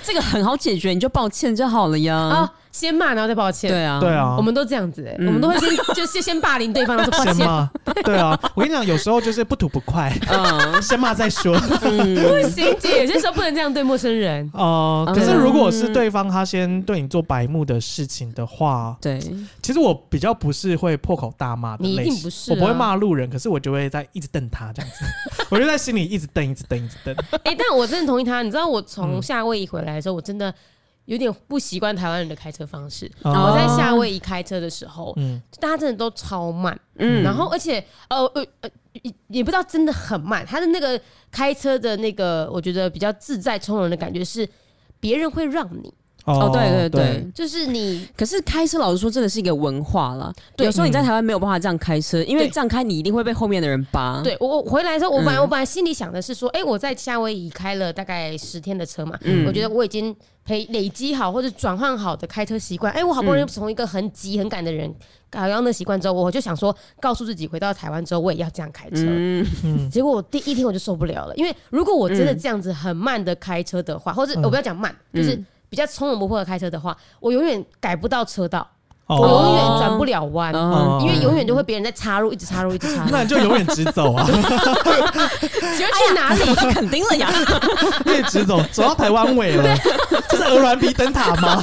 这个很好解决，你就抱歉就好了呀。哦，先骂，然后再抱歉。嗯啊对啊，对啊，我们都这样子，哎，嗯我们都会先就先先霸凌对方，然后说抱先歉。骂，对啊，我跟你讲，有时候就是不吐不快， 嗯先骂再说。 嗯，不行，姐，有些时候不能这样对陌生人。哦、嗯可是如果是对方他先对你做白目的事情的话，对，其实我比较不是会破口大骂的你一类定型，不是我不会啊骂路人，可是我就会在一直瞪他这样子， 我就在心里一直瞪，一直瞪，一直瞪。哎、但我真的同意他。你知道，我从嗯夏威夷回来的时候，我真的有点不习惯台湾人的开车方式。哦我在夏威夷开车的时候，嗯大家真的都超慢，嗯然后而且呃呃呃，也也不知道真的很慢。他的那个开车的那个，我觉得比较自在从容的感觉是。别人会让你，哦，对对对。就是你可是开车，老实说，真的是一个文化啦。对有时候你在台湾没有办法这样开车，因为对这样开你一定会被后面的人扒。对我我回来的时候，我本来、啊嗯我本来心里想的是说，哎、我在夏威夷开了大概十天的车嘛，嗯我觉得我已经培累积好或者转换好的开车习惯。哎、我好不容易嗯从一个很急很赶的人搞到那习惯之后，我就想说，告诉自己回到台湾之后，我也要这样开车。嗯，嗯，结果我第一天我就受不了了，因为如果我真的这样子很慢的开车的话，或者嗯我不要讲慢，就是嗯比比较从容不迫的开车的话，我永远改不到车道，哦我永远转不了弯。 嗯因为永远就会别人在插入，一直插入，一直插入。哎 那你就永远直走啊，请问去哪里？我都肯定了呀，你也直走，走到台湾尾了，这是鹅銮鼻灯塔 吗？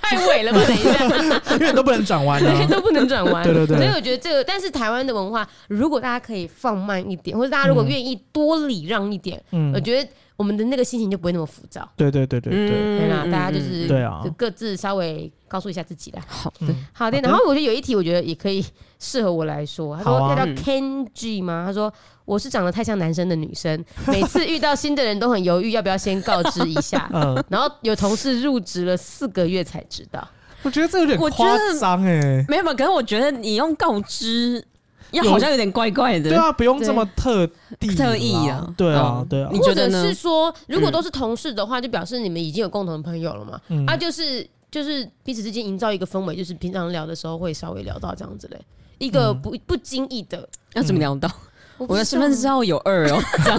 太尾 了吧？等一下，永远都不能转弯对，啊。都不能转弯。对对对所以我觉得这个，但是台湾的文化，如果大家可以放慢一点，或者大家如果愿意多礼让一点，嗯我，觉得我们的那个心情就不会那么浮躁。对对对嗯对对，对啦，大家就是嗯对啊就各自稍微告诉一下自己啦。好的，嗯好的，好的然后我觉得有一题，我觉得也可以适合我来说。他说好啊。要叫 Kenji 吗？他说我是长得太像男生的女生，每次遇到新的人都很犹豫要不要先告知一下 嗯，然后有同事入职了四个月才知道，我觉得这有点我觉夸得张哎。没有吧？可是我觉得你用告知，也有好像有点怪怪的，对啊，不用这么特地特意啊啊，对啊嗯对啊，你或觉者得呢嗯是说，如果都是同事的话，就表示你们已经有共同的朋友了嘛？嗯啊，就是就是彼此之间营造一个氛围，就是平常聊的时候会稍微聊到这样子嘞，一个嗯不不经意的。要怎么聊到？不我的知身份道证号有二哦，这样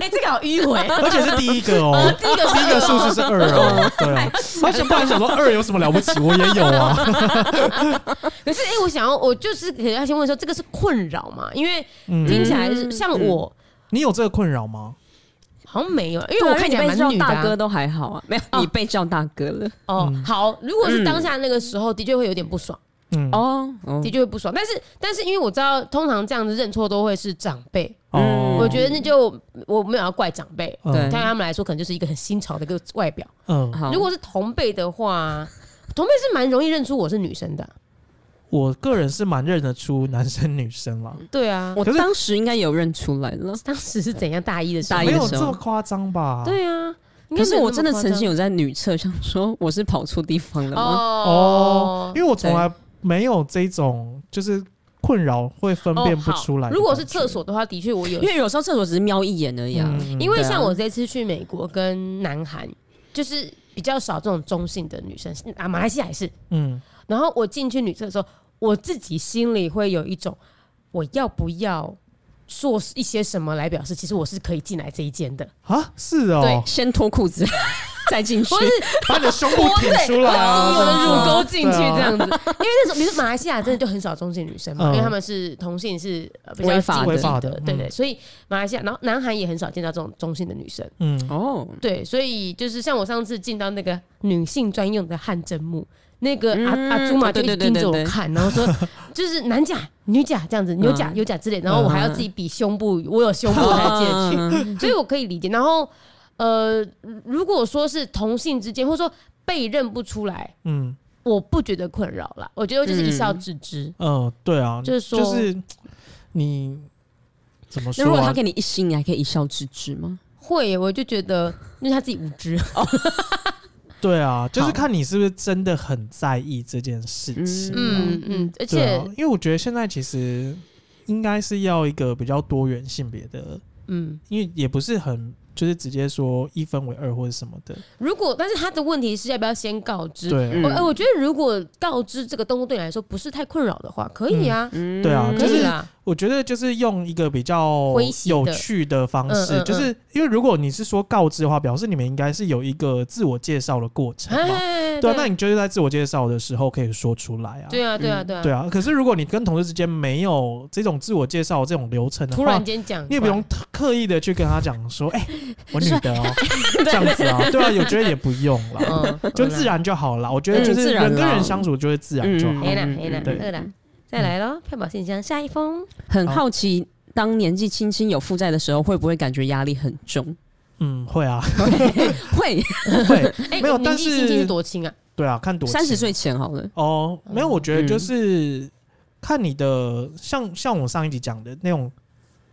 哎、这个好迂回。 而且是第一个呃，哦，第一个第一个数字是二哦，对啊。而且不然想说二有什么了不起，我也有啊。可是哎、我想要，我就是可能要先问说，这个是困扰嘛？因为嗯，听起来是嗯像我、你有这个困扰吗？好像没有，因因为我看起来被蛮叫女的啊、大哥都还好啊，没有哦你被叫大哥了哦，好，如果是嗯当下那个时候，的确会有点不爽，嗯哦，哦的确会不爽。但是但是因为我知道，通常这样子认错都会是长辈，嗯我觉得那就我没有要怪长辈。哦对嗯他们来说，可能就是一个很新潮的一个外表。嗯，好，如果是同辈的话，同辈是蛮容易认出我是女生的。我个人是蛮认得出男生女生啦，对啊，我可是当时应该有认出来了，当时是怎样大一的时候大一没的有时这候么夸张吧？对啊，应该可是没有我那么真的夸曾张经有在女厕想说我是跑错地方了吗？哦哦，因为我从来没有这种就是困扰会分辨不出来哦好的感觉。如果是厕所的话，的确我有因，为有时候厕所只是瞄一眼而已啊。嗯，因为嗯对啊像我这次去美国跟南韩，就是比较少这种中性的女生啊，马来西亚也是。嗯然后我进去女厕的时候，我自己心里会有一种，我要不要做一些什么来表示，其实我是可以进来这一间的，啊是哦对，先脱裤子 再进去或，是把你的胸部我挺出来啊， 我的乳沟进去对啊这 样子。因为那时候，比如说马来西亚真的就很少中性女生嘛，嗯因为他们是同性是呃比较违法的禁忌违法的对嗯对，所以马来西亚，然后南韩也很少见到这种中性的女生。嗯哦，对，所以就是像我上次进到那个女性专用的汗蒸幕，那个阿、嗯阿朱嘛就对一直对对盯着对我对看，然后 说就是男甲、女甲这样子，牛甲、嗯有甲之类，然后我还要自己比胸部，我有哦胸部我才进去。去，所以我可以理解。然后，呃，如果说是同性之间，或者说被认不出来，嗯我不觉得困扰啦。我觉得就是一笑置之。嗯，对啊，就是说就是你怎么那说如果他啊？给你一星，你还可以一笑置之吗？会耶，我就觉得因为他自己无知，对啊，就是好看你是不是真的很在意这件事情啊。嗯嗯，而对且啊，因为我觉得现在其实应该是要一个比较多元性别的，嗯，因为也不是很就是直接说一分为二或者什么的。如果但是他的问题是要不要先告知？对啊，我嗯哎，我觉得如果告知这个动物对你来说不是太困扰的话，可以啊，嗯对啊可就以是啦，我觉得就是用一个比较诙谐的有趣的方式，嗯嗯嗯就是因为如果你是说告知的话，表示你们应该是有一个自我介绍的过程嘛。哎，对啊，那你就是在自我介绍的时候可以说出来啊。对啊，对啊，对啊，对啊，可是如果你跟同事之间没有这种自我介绍这种流程的突话然，间讲，你也不用特刻意的去跟他讲说，哎、我女的哦，这样子啊，对啊，我觉得也不用啦，嗯，嗯， 就自啊然就好了。我觉得就嗯是自然人跟啦人相处就会自然就好。黑啦黑啦，对饿啦，再来咯，票宝信箱下一封。很好奇，当年纪轻轻有负债的时候，会不会感觉压力很重？嗯，会啊，会，会，哎，嗯没有你但年纪轻轻是是多轻啊？对啊，看多三十轻岁前好了，哦，没有，我觉得就嗯是看你的，像像我上一集讲的那种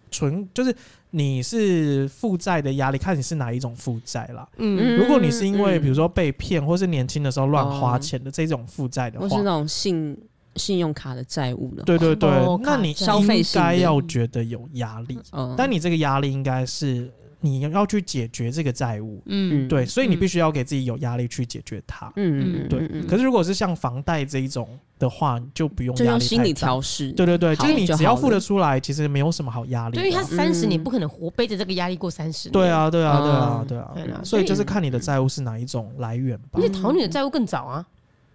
纯，就是你是负债的压力，看你是哪一种负债啦。嗯，如果你是因为嗯比如说被骗，或是年轻的时候乱花哦钱的这种负债的或话，是那种信信用卡的债务的，对对对哦，那卡你消费应性该的要觉得有压力，嗯，但你这个压力应该是你要去解决这个债务，嗯，对，所以你必须要给自己有压力去解决它。嗯，嗯对嗯嗯可是如果是像房贷这一种的话，你就不用就压用力心理太大。调试，对对对，好就是你就只要好付了得出来，其实没有什么好压力对，的。因为他三十嗯年不可能活背着这个压力过三十年。对，啊，对啊，对啊嗯，对啊，对啦所以就是所以看你的债务是哪一种来源而。吧且逃女的债务更早啊，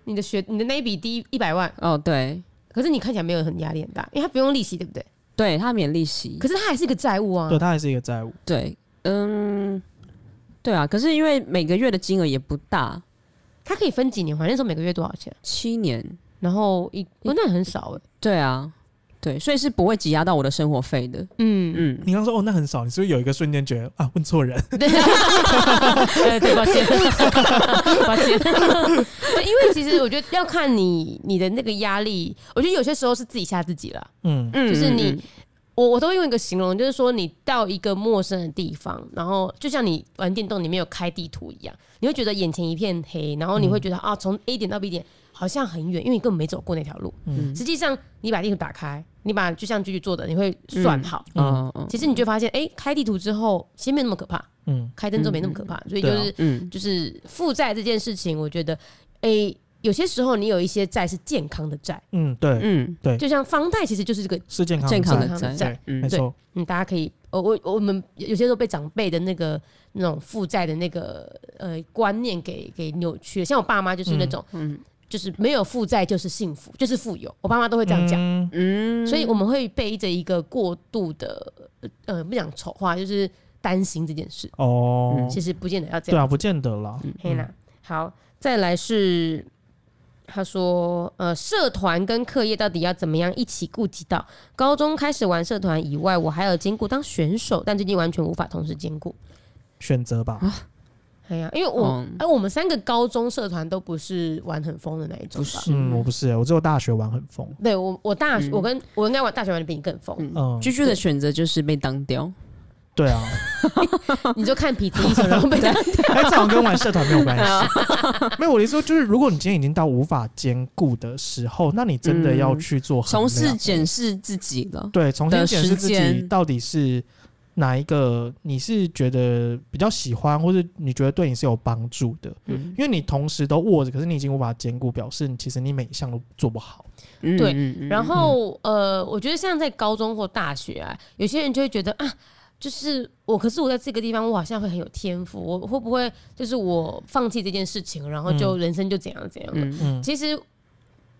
你的学你的那一笔第一百万，哦，对可是你看起来没有很压力很大，因为他不用利息，对不对？对，他免利息，可是他还是个债务啊嗯对，。它还是一个债务。对，嗯，对啊，可是因为每个月的金额也不大，他可以分几年还，那时候每个月多少钱？七年，然后一哦那很少哎，对啊，对，所以是不会挤压到我的生活费的，嗯，嗯，你刚说哦，那很少，你是不是有一个瞬间觉得啊，问错人？对，呃对，抱歉，抱歉。对因为其实我觉得要看你你的那个压力，我觉得有些时候是自己吓自己了。嗯，嗯就是嗯你嗯我我都会用一个形容，就是说你到一个陌生的地方，然后就像你玩电动，你没有开地图一样，你会觉得眼前一片黑，然后你会觉得、啊，从 A 点到 B 点好像很远，因为你根本没走过那条路。嗯实际上，你把地图打开，你把就像句句做的，你会算好。哦哦，其实你就会发现，哎、开地图之后，其实没有那么可怕，嗯，开灯之后没那么可怕。所以就对啊是、嗯就是负债这件事情，我觉得，哎、有些时候你有一些债是健康的债，嗯，对，嗯，对就像房贷，其实就是这个是健康健康健的康债的债，对，嗯没错，嗯，大家可以，呃，我我们有些时候被长辈的那个那种负债的那个呃观念给给扭曲了。像我爸妈就是那种，嗯就是没有负债就是幸福，就是富有。我爸妈都会会这样讲，讲。嗯，所以我们会背着一个过度的呃不讲丑话，就是担心这件事。哦，其实不见得要这对样。啊，不见得啦。黑嗯啦，好，再来是他说，呃，社团跟课业到底要怎么样一起顾及到？高中开始玩社团以外，我还有兼顾当选手，但最近完全无法同时兼顾。选择吧，哎呀，因为我，哎、嗯我们三个高中社团都不是玩很疯的那一种不吧？是嗯嗯，我不是，我只有大学玩很疯。对我，我大学、我跟我应该玩大学玩的比你更 疯，嗯，居居的选择就是被当掉，对啊，你就看痞子英雄，然后被他哎，这好像跟玩社团没有关啊系。没有，我的意思说，就是如果你今天已经到无法兼顾的时候，那你真的要去做 衡嗯从量事检视自己了，对，重新的检视时自己间到底是哪一个你是觉得比较喜欢，或者你觉得对你是有帮助的。嗯因为你同时都握着，可是你已经无法兼顾，表示你其实你每一项都做不好。嗯对嗯嗯然后呃，我觉得像在高中或大学啊，有些人就会觉得啊，就是我，可是我在这个地方，我好像会很有天赋，我会不会就是我放弃这件事情，然后就人生就怎样怎样了？嗯嗯其实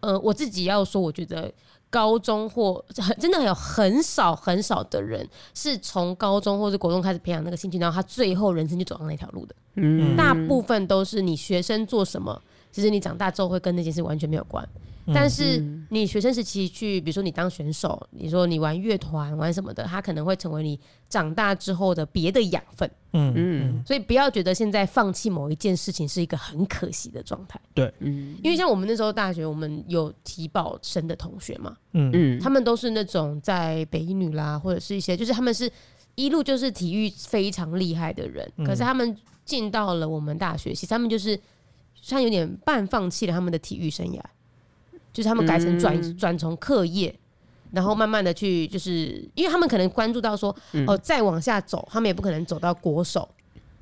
呃，我自己要说，我觉得。高中或很真的有很少很少的人是从高中或者国中开始培养那个兴趣，然后他最后人生就走上那条路的。嗯大部分都是你学生做什么，其实你长大之后会跟那件事完全没有关。嗯但是你学生时期去，比如说你当选手，你说你玩乐团玩什么的，它可能会成为你长大之后的别的养分。嗯嗯嗯所以不要觉得现在放弃某一件事情是一个很可惜的状态，嗯因为像我们那时候大学，我们有体保生的同学嘛，嗯嗯嗯他们都是那种在北一女啦，或者是一些就是他们是一路就是体育非常厉害的人，嗯可是他们进到了我们大学，其实他们就是像有点半放弃了他们的体育生涯，就是他们改成转嗯转从课业。然后慢慢的去，就是因为他们可能关注到说，嗯哦，再往下走，他们也不可能走到国手，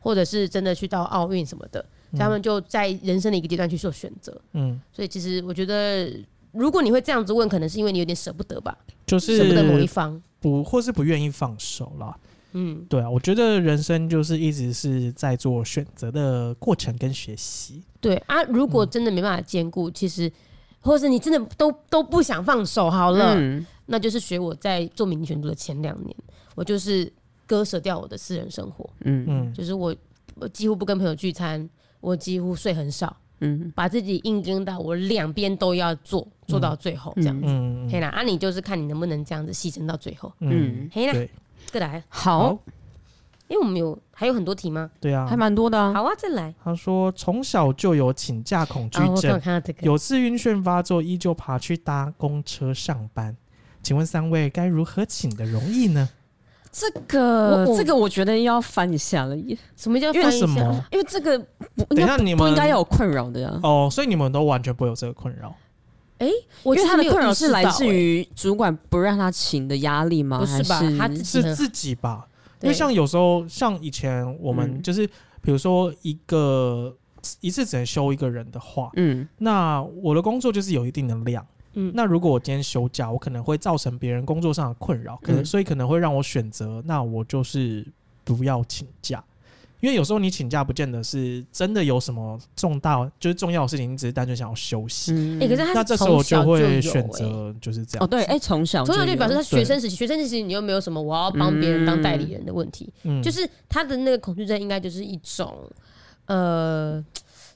或者是真的去到奥运什么的，所以他们就在人生的一个阶段去做选择。嗯，所以其实我觉得，如果你会这样子问，可能是因为你有点舍不得吧，就舍不得某一是方。不或是不愿意放手啦。嗯，对啊，我觉得人生就是一直是在做选择的过程跟学习。对啊，如果真的没办法兼顾，其实或是你真的都都不想放手好了，嗯那就是学我在做民权组的前两年，我就是割舍掉我的私人生活，嗯嗯就是我我几乎不跟朋友聚餐，我几乎睡很少，嗯把自己硬盯到我两边都要做，做到最后这样。嗯嗯黑啦，啊，你就是看你能不能这样子牺牲到最后。嗯，黑啦，对，再来，好，因为我们有还有很多题吗？对啊，还蛮多的啊，好啊，再来。他说从小就有请假恐惧啊，我刚症好，看到这个，有次晕眩发作，依旧爬去搭公车上班。请问三位该如何请的容易呢？这个我我这个我觉得要翻一下了，因什么叫为翻译一什下么？为这个不应等一该下你不们应该要有困扰的啊呀。哦，所以你们都完全不会有这个困扰。我其因为他实的没有困扰意识是到来自欸于主管不让他请的压力吗？不是吧还是他自己是嗯自己吧？因对为像有时候，像以前我们嗯就是，比如说一个一次只能休一个人的话，嗯，那我的工作就是有一定的量。嗯那如果我今天休假，我可能会造成别人工作上的困扰，可能、嗯所以可能会让我选择，那我就是不要请假，因为有时候你请假不见得是真的有什么重大就是重要的事情，你只是单纯想要休息。嗯哎，可是他那是这时候从我小就有欸会选，择就是这样。哦对，哎，从小从小就有表示他是对学生时期，学生时期你又没有什么我要帮别人当代理人的问题，嗯就是他的那个恐惧症应该就是一种呃。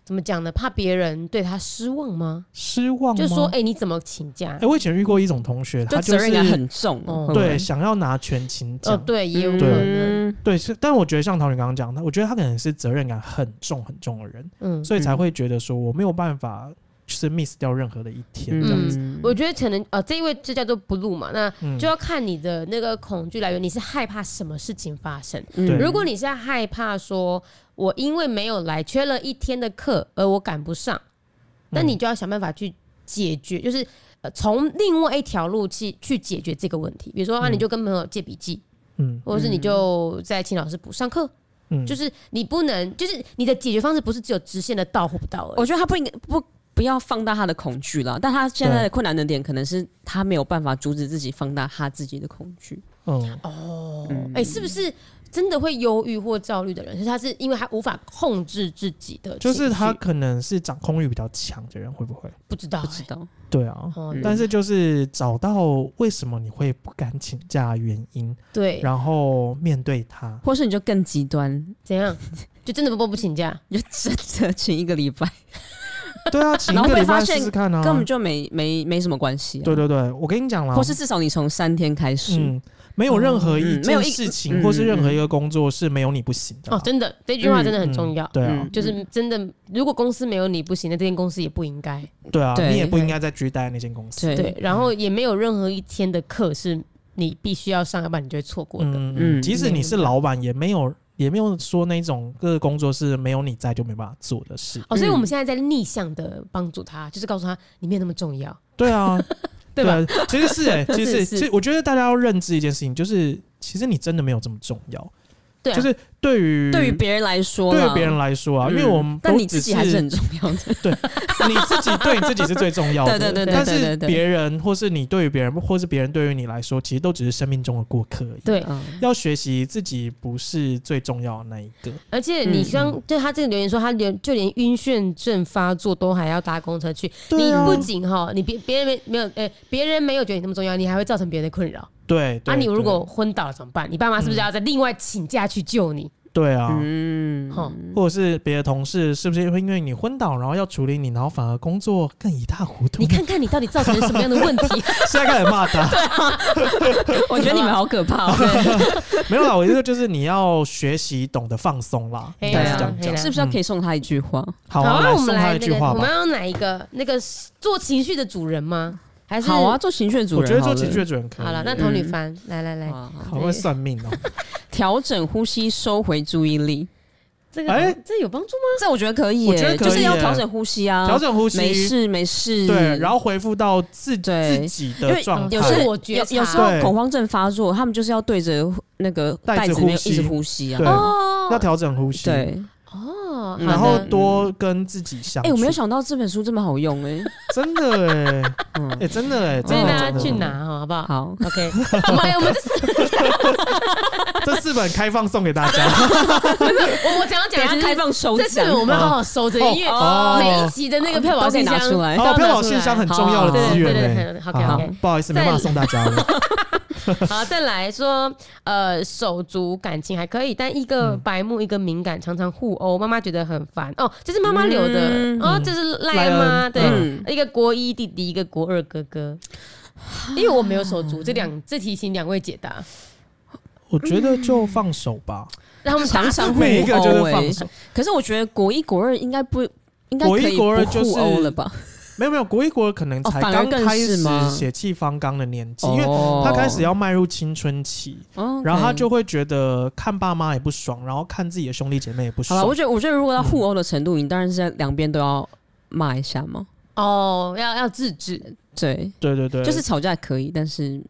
怎么讲呢？怕别人对他失望吗？失望吗，就说，哎、你怎么请假？哎，我以前遇过一种同学，他就责是任感很重，欸哦会不对会想要拿全勤哦，奖，对，也有可对能，嗯对，是，但我觉得像陶宇刚刚讲，他我觉得他可能是责任感很重很重的人，嗯，所以才会觉得说我没有办法就是 miss 掉任何的一天这样子。嗯我觉得可能呃，这一位这叫做 blue 嘛，那嗯就要看你的那个恐惧来源，你是害怕什么事情发生？对如果你是害怕说我因为没有来缺了一天的课，而我赶不上，嗯那你就要想办法去解决，就是呃从另外一条路去去解决这个问题。比如说啊，嗯你就跟朋友借笔记，嗯或者是你就在请老师补上课，嗯，就是是你不能，就是你的解决方式不是只有直线的到或不到而我哦已。觉得他不应该不不要放大他的恐惧了，但他现在的困难的点可能是他没有办法阻止自己放大他自己的恐惧。嗯，哦，哎、是不是真的会忧郁或焦虑的人，是他是因为他无法控制自己的情就绪，是他可能是掌控欲比较强的人，会不会？不知道、哎不知道，对啊。哦，嗯但是就是找到为什么你会不敢请假的原因，对，然后面对 它。或是你就更极端，怎样？就真的不不不请假？你就真的请一个礼拜，对啊，请一然后个被礼拜发试现试看啊。根本就没没没什么关系、啊。对对对，我跟你讲啦，或是至少你从三天开始，嗯，没有任何一嗯没有件一事情嗯或是任何嗯一个工作是没有你不行的啦。啊哦，真的，这句话真的很嗯重要。对啊，嗯就是真的，如果公司没有你不行，那这间公司也不应该。对啊，对你也不应该再继续待在那间公司。对对，然后也没有任何一天的课是你必须要上，要不然你就会错过的。嗯嗯，嗯即使你是老板，也没有也没有说那种各个工作是没有你在就没办法做的事。哦，所以嗯我们现在在逆向的帮助他，就是告诉他你没有那么重要。对啊，对啊，其实是哎、其实是，是是其实我觉得大家要认知一件事情，就是其实你真的没有这么重要。对啊就是对于对于别人来说啦，对于别人来说啊，嗯因为我们但都你自只己还是很重要的。你自己对你自己是最重要的， 对对对对但对是对对别人或是你对于别人，或是别人对于你来说，其实都只是生命中的过客而已。对，嗯要学习自己不是最重要的那一个。而且你嗯刚就他这个留言说，他连就连晕眩症发作都还要搭公车去，对你啊不仅哈，你别别人没没有，呃，别人没有觉得你那么重要，你还会造成别人的困扰。对，啊，对你如对果昏倒了怎么办？你爸妈是不是嗯要再另外请假去救你？对啊，嗯哈，或者是别的同事是不是会因为你昏倒，然后要处理你，然后反而工作更一塌糊涂？ 你，看看你到底造成了什么样的问题？现在开始骂他，我觉得你们好可怕、哦，没有啦，我意思就是你要学习懂得放松啦，嘿应啦该是这样嘿讲啦。是不是要可以送他一句话？ 好好啊，那我送们他来一那句个，话我们吧。要哪一个？那个做情绪的主人吗？还是好啊，？做情绪的主我人觉好了，得做情绪主人可以。好了，那同童女帆，来来来，好嗯好啊会算命哦。调整呼吸，收回注意力，这个哎这有帮助吗？这我觉得可以耶、我觉得可以耶就是要调整呼吸啊，调整呼没吸，事没事，对，然后恢复到自自对己因的为状态。有时候我觉有察有时候对恐慌症发作，他们就是要对着那个袋袋子子里面呼吸一直呼吸啊对，要哦调整呼吸，对，哦，嗯然好后的多跟自己相哎、处。我没有想到这本书这么好用 哎、真的哎、欸，嗯哎、真的哎、欸，所真以的大家真的去拿哈，好不好好， ？OK，我们我们这这四本开放送给大家。 我我讲要等讲一下的就开是。放收这次奖，我们要好好收着，因为哦每一集的那个票宝都可以信拿箱出来都要哦，哎拿票宝出信来箱很好重要的资对对源对哎、对，好好 OK 好 OK，不好意思，没办法送大家了。 好，再来说，呃，手足感情还可以，但一个嗯白目，一个敏感，常常互殴，妈妈觉得很烦。哦，这是妈妈留的，嗯哦，这是赖赖恩妈，对，嗯一个国一弟弟，一个国二哥哥。因为我没有手足，这两这题请两位解答， 我觉得就放手吧，让他们常常互每一个殴就是哎、放手。可是我觉得国一国二应该不应该可以国一国二不就是互殴了吧？没有没有，国一国二可能才哦反而刚更开是始吗血气方刚的年纪，因为哦他开始要迈入青春期，哦，OK 然后他就会觉得看爸妈也不爽，然后看自己的兄弟姐妹也不好了。我爽。觉得，我觉得如果到互殴的程度，你当然是在两边都要骂一下嘛。哦，要要制止。对，对对对，就是吵架可以，但是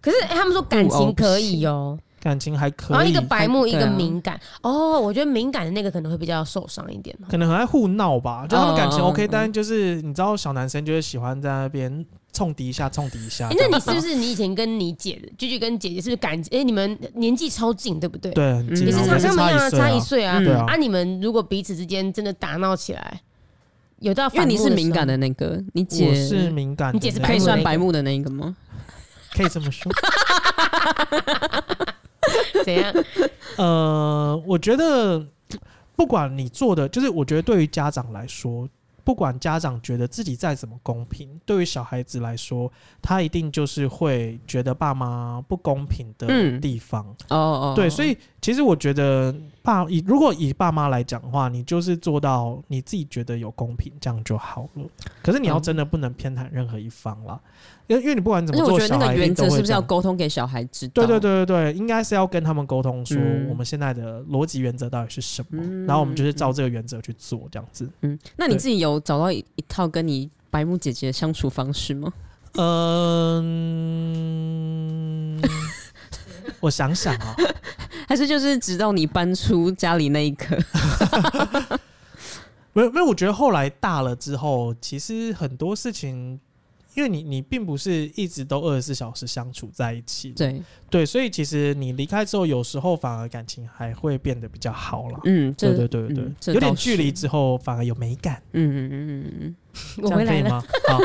可是、哎他们说感互殴情不可以哦、感情还可然后以，一个白目，一对个啊敏感。哦，我觉得敏感的那个可能会比较受伤一点哦。可能很爱互闹哦吧，就他们感情嗯 OK，、嗯但就是你知道小男生就是喜欢在那边冲敌一下，冲敌一下哎、这那样。你是不是你以前跟你姐的，菊菊跟姐姐是不是感情？哎、你们年纪超近，对不对？，对，很嗯近也啊是我差们像那样啊，是差差一一岁岁啊。嗯对啊啊，你们如果彼此之间真的打闹起来，有到因为你是敏感的的那个，你啊，我姐是敏感的那个，你姐是可以目算那个白目的那一个吗？可以这么说。时候怎 样？呃，我觉得不管你做的，就是我觉得对于家长来说，不管家长觉得自己再怎么公平，对于小孩子来说，他一定就是会觉得爸妈不公平的嗯地方。哦哦，对，所以其实我觉得爸以如果以爸妈来讲的话，你就是做到你自己觉得有公平，这样就好了。可是你要嗯真的不能偏袒任何一方啦，因为因为你不管怎而么且我做，觉得小那个孩一定原都则会是不是这要样沟通给小孩知道？对对，对对对，应该是要跟他们沟通说嗯我们现在的逻辑原则到底是什么，嗯然后我们就是照这个原则去做这样子。嗯，那你自己有找到一一套跟你白目姐姐相处方式吗？嗯，我想想啊， 还是就是直到你搬出家里那一刻？没有没有，我觉得后来大了之后，其实很多事情，因为你你并不是一直都二十四小时相处在一起， 对，对，所以其实你离开之后，有时候反而感情还会变得比较好啦。嗯，这对对对对嗯对，这有点倒是距离之后反而有美感，嗯嗯嗯嗯嗯，我这样回可来以了，吗？好，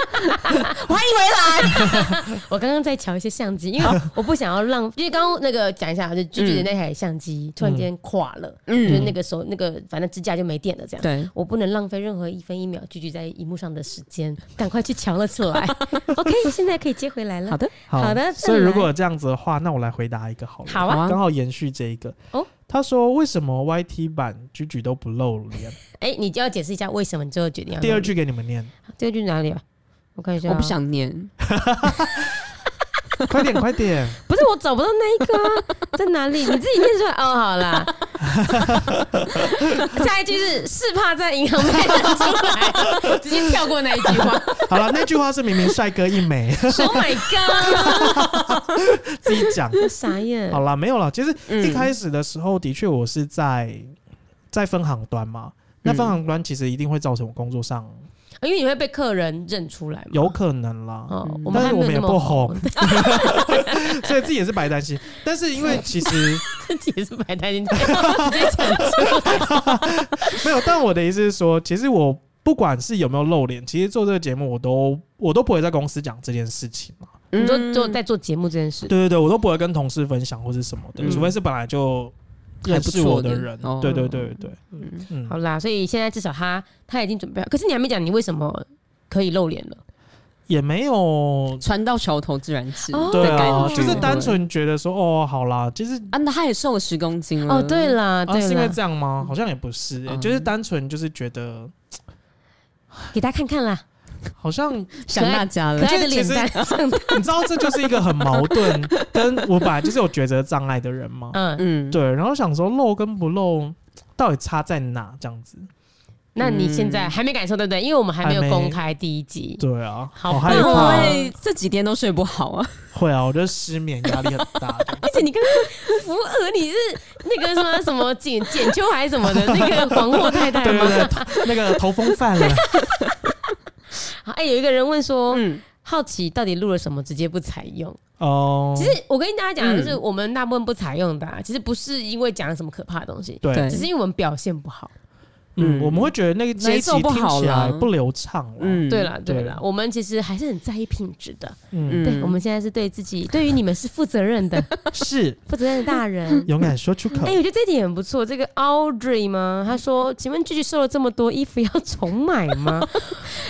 我刚刚在瞧一些相机，因为我不想要浪，因为刚刚那个讲一下，啊就菊菊的那台相机突然间垮了，嗯就是那个手那个反正支架就没电了，这样。对，我不能浪费任何一分一秒聚集在荧幕上的时间，赶快去瞧了出来。OK，现在可以接回来了好。的，好好的所再以来如果这样子的话，那我来回答一个好了。好啊，刚好延续这一个哦。他说：“为什么 YT 版居居都不露 脸哎、你就要解释一下为什么你最后决定？”要第二录，句给你们念，第二句哪里啊？我看一下啊、我不想念，快点，快点！不是我找不到那一个啊，在哪里？你自己念出来哦。好啦， 下一句是是怕在银行被认出来，直接跳过那一句话。好了，那句话是明明帅哥一枚， Oh my god！哦自己讲。我傻眼好。啦，没有啦。其实嗯一开始的时候，的确我是在在分行端嘛。嗯那分行端其实一定会造成我工作上因为你会被客人认出来嘛。有可能啦，哦，嗯我们但还是没我有们也那么不红，， 所以自己也是白担心。但是因为其实自己也是白担心，直接讲出来。没有，但我的意思是说，其实我不管是有没有露脸，其实做这个节目，我都我都不会在公司讲这件事情嘛。你说嗯做在做节目这件事对，对对，我都不会跟同事分享或是什么的，嗯除非是本来就认识我还人不错的哦。对对对对，嗯嗯好，啦，所以现在至少他他已经准备好，可是你还没讲你为什么可以露脸了。也没有。船哦到桥头自然直。哦对的感啊，觉就是单纯觉得说，哦，好啦，其实啊，那他也瘦了十公斤了。哦，对啦，啊，对是因为啦，这样吗？好像也不是、欸嗯就是单纯就是觉得给大家看看啦，好像，想大家可了。爱的脸蛋。 你知道，这就是一个很矛盾，跟我本来就是有抉择障碍的人嘛。嗯，嗯，对，然后想说露跟不露到底差在哪？这样子，那你现在还没感受对不对？因为我们还没有公开第一集，对啊，好害棒哦怕哎哦，会这几天都睡不好啊。会啊，我觉得失眠压力很大。而且你刚刚扶额你是那个什么什么简简秋还是什 么的那个黄祸太 太对对吗？对，头 那个头风犯了，好，哎，有一个人问说，嗯，好奇到底录了什么直接不采用？哦，其实我跟大家讲，啊嗯就是我们大部分不采用的啊，其实不是因为讲了什么可怕的东西，嗯对对，只是因为我们表现不好。嗯，嗯我们会觉得那个那一节奏集不听好起来啦不流畅了，嗯嗯，对啦，对对啦，我们其实还是很在意品质的。嗯，对，我们现在是对自己，对于你们是负责任 的，是负责任的大人。勇敢说出 口哎、。我觉得这一点很不错。这个 Audrey 吗？他说：“请问句句瘦了这么多，衣服要重买吗？”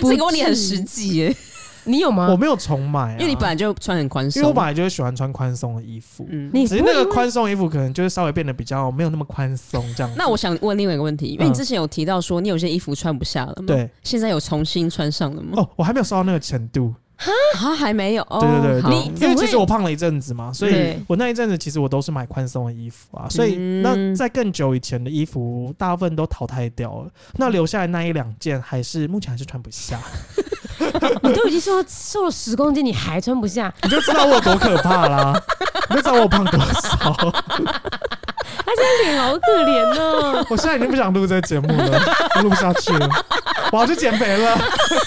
不 嗯这个问题很至于实际耶，你有吗我？没有重买、啊，因为你本来就穿很宽松。因为我本来就是喜欢穿宽松的衣服，嗯，你只是那不会个因为宽松衣服可能就是稍微变得比较没有那么宽松这样子。那我想问另外一个问题，因为嗯你之前有提到说你有些衣服穿不下了嘛，，对现在有重新穿上了吗？哦，我还没有瘦到那个程度，啊，还没有，哦、对对对好对，因怎为么其会实我胖了一阵子嘛，所以对我那一阵子其实我都是买宽松的衣服啊，所以嗯那在更久以前的衣服大部分都淘汰掉了，那留下来那一两件还是目前还是穿不下。 你都已经瘦瘦了十公斤，你还穿不 下，你就知道我有多可怕啦，你就知道我胖多少。他现在脸好可怜 哦。我现在已经不想录这个节目了，我录不下去了，我要去减肥了。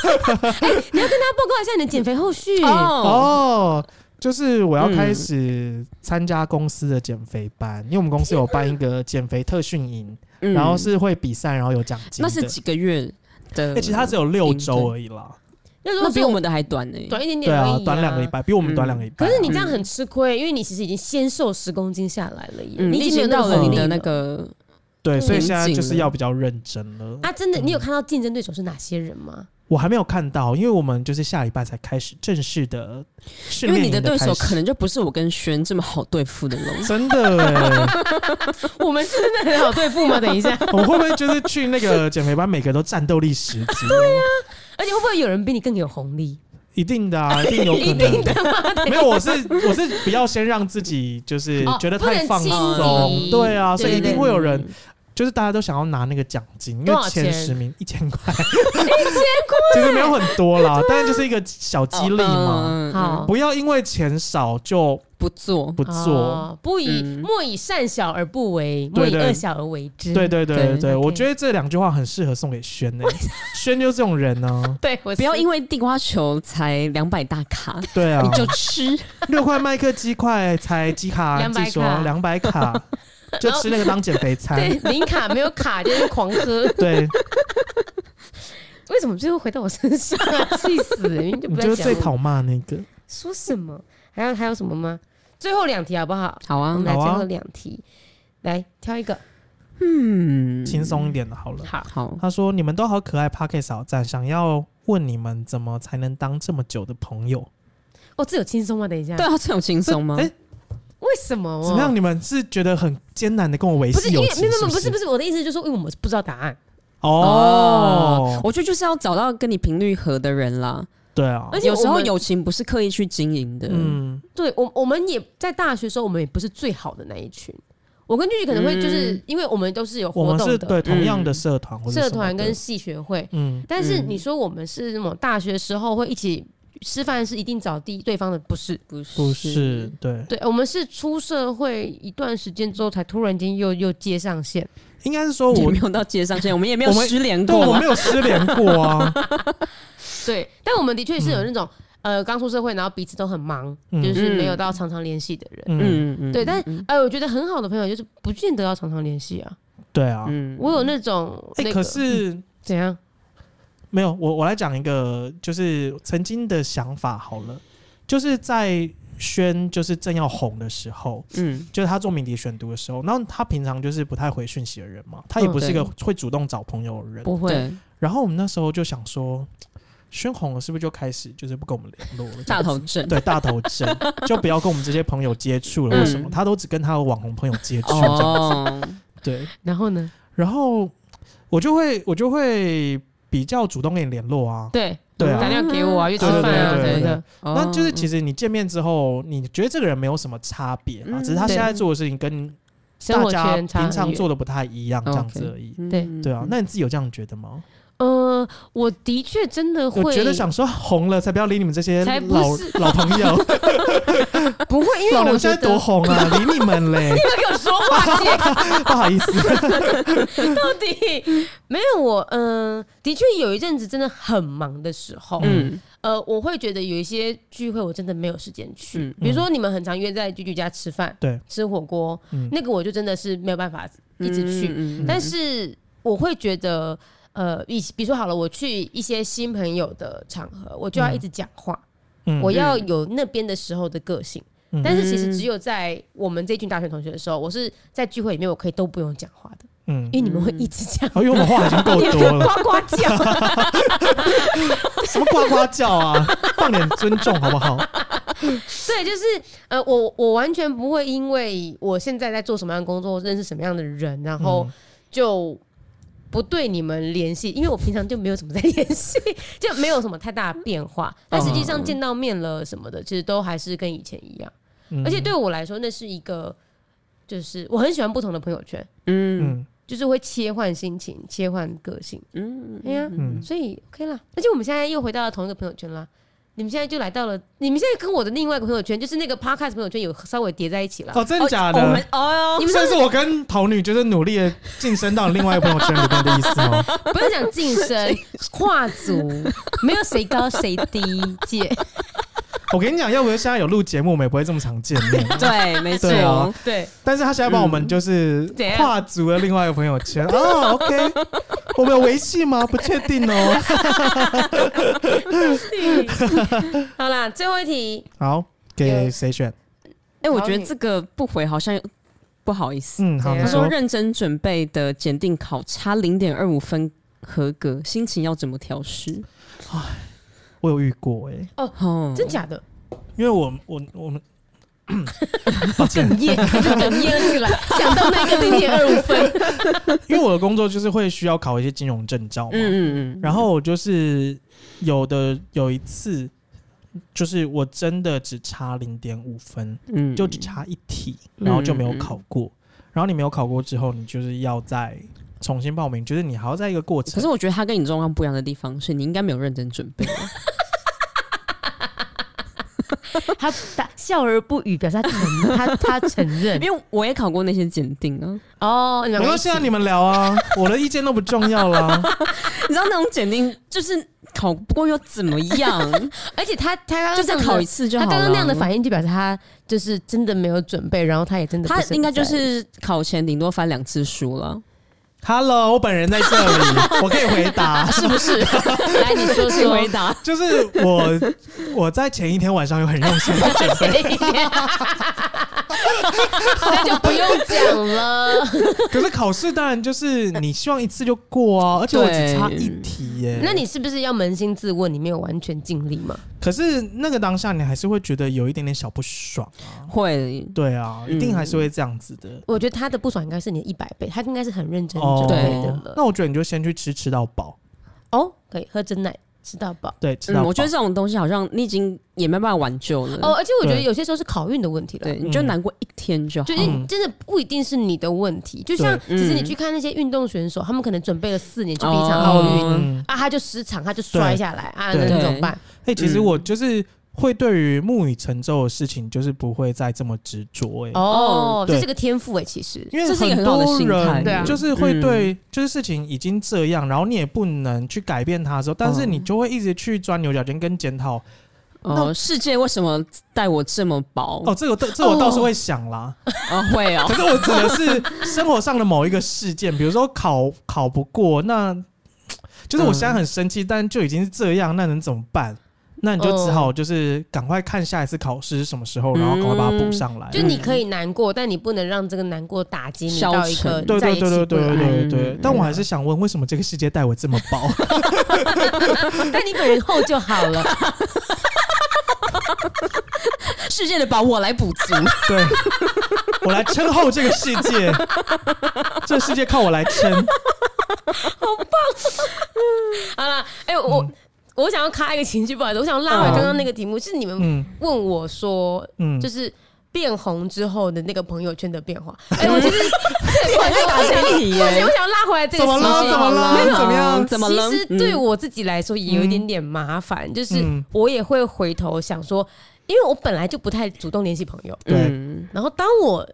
你要跟大家报告一下你的减肥后续。哦，嗯哦，就是我要开始参加公司的减肥班，因为我们公司有办一个减肥特训营，嗯然后是会比赛，然后有奖金那的。是几个月的？欸其实它只有六周而已啦，那如那果比我们的还短呢。短一点对点而已、嗯啊，短两个礼。拜，比我们短两个礼可拜啊。是你这样很吃亏，因为你其实已经先瘦十公斤下来了耶，嗯，你你已已经没有那经到个了红你利的那了个，对，所以现在严谨就是了要比较认真了。啊，真的，你有看到竞争对手是哪些人 吗？我还没有看到，因为我们就是下礼拜才开始正式的训因为练你营的对开手始。可能就不是我跟轩这么好对付的喽真的欸，我们是真的很好对付吗？等一下，我会不会就是去那个减肥班，每个都战斗力十级？对呀， 而且会不会有人比你更有红利？一定的啊，一定有可一定能的没有，我是我是不要先让自己就是哦觉得太放不能轻松，敌对 啊，所以一定会有人嗯，就是大家都想要拿那个奖金，因多少为钱前十名一千块，一千块其实没有很多啦，但是就是一个小激励嘛，嗯嗯嗯好不要因为钱少就不做。不做。哦不以嗯莫以善小而不为，莫对以对恶小而为之。对对对对对对， OK 我觉得这两句话很适合送给轩呢，欸轩就是这种人呢，对，我不要 因为地瓜球才两百大卡，对啊 你，就吃。六块麦克鸡块才鸡卡， 200记说卡两百卡，就吃那个当减肥 餐，对零卡没有卡就是狂喝。对， 为什么最后回到我身上啊？气 死人！你就你不就要是最讲讨骂那个。说什么，还有还有什么吗？最后两题好不好？好我啊们，来好最啊后两题，来挑一个。嗯，轻松一点的好了。好，好，他说：“你们都好可爱 p a r k e 小赞，想要问你们怎么才能当这么久的朋友？哦，这有轻松吗？等一下，对，啊，这种轻松吗这？哎为什么？怎么样？？你们是觉得很艰难的跟我维不是系因友为情？没有没有不不是不是我的意思，就是说因为我们不知道答案，哦，我觉得就是要找到跟你频率合的人啦。对啊而，且有时我候们友情不是刻意去经营的，嗯，嗯，对我我们也在大学的时候，我们也不是最好的那一群。我跟句句可能会就是、嗯因为我们都是有我活们是动的对同样的社团或者社什么团的跟系学会，嗯但是嗯你说我们是那种大学时候会一起吃饭是一定找地对方的，不是？不是不是对，对，我们是出社会一段时间之后，才突然间又又接上线。应该是说也哦我没有到街上线，我们也没有我们失联对过我啊没。有失联过 啊，对，但我们的确是有那种、呃刚出社会，然后彼此都很忙，嗯就是没有到常常联系的人。嗯，嗯嗯，对，但哎、我觉得很好的朋友就是不见得要常常联系啊。对啊。嗯我有那种那哎，个、嗯可是怎样？没有，我我来讲一个，就是曾经的想法好了，就是在轩就是正要红的时候，嗯就是他做鸣笛选读的时候，然后他平常就是不太回讯息的人嘛，他也嗯不是一个对会主动找朋友的人。不会，对，然后我们那时候就想说，轩红了是不是就开始就是不跟我们联络大了？这样头子症。对大头针就不要跟我们这些朋友接触了，为什么？嗯他都只跟他的网红朋友接触，这样哦，对。然后呢？然后我就会我就会比较主动跟你联络啊，对，对啊打电话给我啊，去吃饭啊对什对对对么的。哦 那就是其实实你见面之后，你觉得这个人没有什么差别啊，嗯只是他对现在做的事情跟生大活家圈差平很常远做的不太一样，这样子 OK 而已。对对啊，那你自己有这样觉得吗？呃，我的确真的我会觉得 想说红了才不要理你们这些才不老是老 朋友， 不会，因为老我觉娘现在得多 红啊，理你们嘞，不要给我说话，姐 不好意思。到 底没有我，嗯、的确有一阵子真的很忙的时候，嗯呃，我会觉得有一些聚会我真的没有时间去，嗯比如说你们很常约在居居家吃饭，对，吃火锅，嗯那个我就真的是没有办法一直去，嗯但是我会觉得。呃，以比如说好了，我去一些新朋友的场合，我就要一直讲话，嗯我要有那边的时候的个性。嗯但是其实只有在我们这群大学同学的时候，我是在聚会里面我可以都不用讲话的，嗯，因为你们会一直讲。哦因为我们话已经 够多 了，呱呱叫，什么呱呱叫啊，放点尊重好不好？对，就是呃，我我完全不会因为我现在在做什么样的工作，认识什么样的人，然后就不对你们联系，因为我平常就没有什么在联系，就没有什么太大的变化。嗯但实际上见到面了什么的，其实都还是跟以前一样。嗯，而且对我来说，那是一个，就是我很喜欢不同的朋友圈，嗯嗯，就是会切换心情，切换个性。嗯，哎呀嗯所以 OK 啦。而且我们现在又回到了同一个朋友圈啦。你们现在就来到了，你们现在跟我的另外一个朋友圈，就是那个 podcast 朋友圈有稍微叠在一起了。哦，真的假的？我们哦你们算是我跟桃女就是努力的晋升到另外一个朋友圈里面的意思哦吗？ 不是讲晋升，跨足，没有谁高谁低，姐。我跟你讲，要不是现在有录节目，我们也不会这么常见面。对，没错对，啊 对，但是他现在帮我们就是嗯怎样跨足了另外一个朋友圈 啊，OK，我们有维系吗？不确定哦。好啦，最后一题，好，给有谁选？哎，我觉得这个不回好像不好意思。嗯，好，怎你样他说说。认真准备的检定考差零点二五分合格，心情要怎么调试？我有遇过哎、欸哦，真假的？因为我我我们嗯 哽咽，哽咽了起来， 想到那个零点二五分，因为我的工作就是会需要考一些金融证照嘛，嗯嗯嗯，然后我就是有的有一次，就是我真的只差零点五分，嗯就只差一题，嗯然后就没有考过。然后你没有考过之后，你就是要再重新报名，就是你还要在一个过可程是。我觉得他跟你状况不一样的地方是你应该没有认真准备。他他笑而不语，表示他承他他承认。因为我也考过那些检定啊， 哦，你们两个没关一起系啊，你们聊 啊，我的意见都不重要啦。你知道那种检定就是考不过又怎么样？而且他他刚刚就这再样子考一次就好他了。刚刚那样的，反应就表示他就是真的没有准备，然后他也真的不他是很应该就在意是考前顶多翻两次书哦了。 Hello，我本人在这里，我可以回 答。是不是？ 来，你说自己说。回 答， 就是我我在前一天晚上有很用心的准备，那就不用讲了。可是考试当然就是你希望一次就过啊，而且我只差一题耶、那你是不是要扪心自问，你没有完全尽力吗？可是那个当下你还是会觉得有一点点小不爽啊。会对啊，嗯一定还是会这样子的。我觉得他的不爽应该是你的一百倍，他应该是很嗯认真哦准备的了。那我觉得你就先去吃吃到饱，哦，可以喝真奶，吃到饱。对，吃到嗯，饱。我觉得这种东西好像你已经也没办法挽救了。哦，而且我觉得对有些时候是考运的问题了。对，你就难过一天就好。就是嗯真的不一定是你的问题，就像对其实你嗯去看那些运动选手，他们可能准备了四年去比一场奥运，哦嗯，啊，他就失常，他就摔下来啊，对那你对怎么办？哎、其实嗯我就是会对于木已成舟的事情，就是不会再这么执着哎、哦，对这是个天赋哎，其实因为这是一个很好的多心态对啊人就是会对，就是事情已经这样，然后你也不能去改变它的时候，但是嗯你就会一直去钻牛角尖跟检讨。哦，世界为什么待我这么薄？哦，这个这这我倒是会想啦，哦，会哦 可，是我指的是生活上的某一个事件，比如说考考不过，那就是我现在很生气，但就已经是这样，那能怎么办？那你就只好就是赶快看下一次考试是什么时候，然后赶快把它补上来。就你可以难过，但你不能让这个难过打击你消到一个沉对再对也对起对不对对来。对嗯对，但我还是想问，为什么这个世界待我这么薄？ 但你本人厚就好了，世界的薄我来补 足。对，我来撑厚这个世界，这世界靠我来撑。 好了，哎，我我想要卡一个情绪，不好意思，我想要拉回刚刚那个题目，是你们嗯问我说，嗯就，是变红之后的那个朋友圈的变化。哎，我就是对我在打前谁？提不耶是，我想要拉回来这个怎么哦了情绪没哦怎么了有怎么样？怎么了？其实嗯对我自己来说也有一点点麻烦，就是嗯我也会回头想说，因为我本来就不太主动联系朋友，对嗯然后当我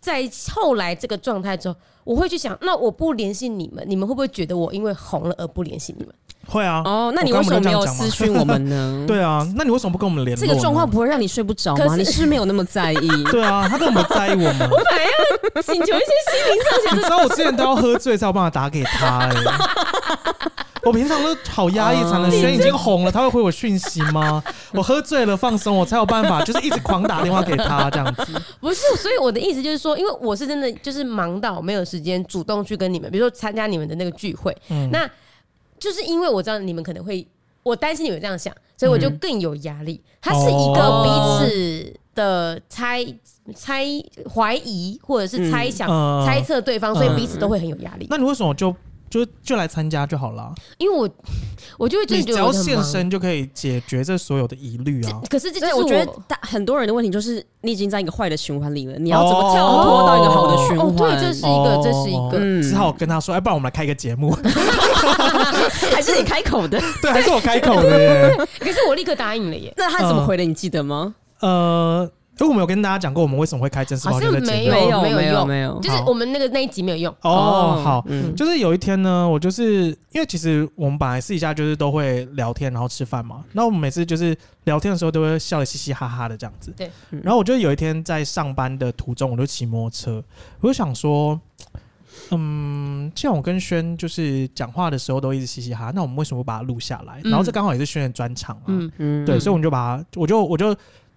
在后来这个状态之后，我会去想，那我不联系你们，你们会不会觉得我因为红了而不联系你们？会啊，哦，那你我为什刚不么就没这样有讲吗？，私讯我们呢 对啊，那你为什么不跟我们联络这呢？个状况不会让你睡不着可吗？是你是不是没有那么在 意。对啊，他都没在意我们。本来要请求一些心灵上你知道我之前都要喝醉才有办法打给他哎、我平常都好压抑才能。轩已经红了，他会回我讯息吗？我喝醉了放松，我才有办法，就是一直狂打电话给他这 样子。不是，所以我的意思就是说，因为我是真的就是忙到没有时间主动去跟你们，比如说参加你们的那个聚会，嗯那就是因为我知道你们可能会，我担心你们这样想，所以我就更有压嗯力。它是一哦个彼此的猜猜怀疑或者是猜想、嗯啊猜测对方，所以彼此都会很有压力。嗯那你为什么就就就来参加就好了。啊因为我我就会觉你得只觉得我要很现忙。身就可以解决这所有的疑虑啊。可是这就所以是我觉得大很多人的问题就是，你已经在一个坏的循环里了，你要怎么跳脱到一个好的循环？哦，对，这是一个，这是一个。嗯哦只好跟他说，哎，不然我们来开一个 节目， 还是你开口的？对，还是我开 口的耶。可是我立刻答应了耶。那他怎么回的？你记得吗？呃，因为我们有跟大家讲过，我们为什么会开真实好报像的节没有目。没有没没有用没有就是好我们那个那一集没有用，哦，好，嗯就是有一天呢，我就是因为其实我们本来私底下就是都会聊天，然后吃饭嘛。那我们每次就是聊天的时候都会笑得嘻嘻哈哈的这样子。对嗯然后我就有一天在上班的途中，我就骑摩托车，我就想说，嗯，既然我跟轩就是讲话的时候都一直嘻嘻哈，哈，那我们为什么不把它录下来？嗯然后这刚好也是轩的专场啊。嗯，嗯对，所以我们就把它，我就我就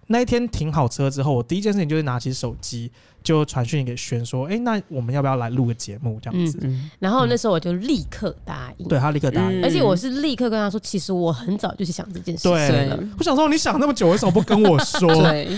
那一天停好车之后，我第一件事情就是拿起手机就传讯给轩说，哎、那我们要不要来录个节目这样子？嗯然后那时候我就立刻答应，对他啊立刻答应。嗯而且我是立刻跟他说，其实我很早就去想这件事对情了。对我想说，你想那么久，为什么不跟我说？嗯对，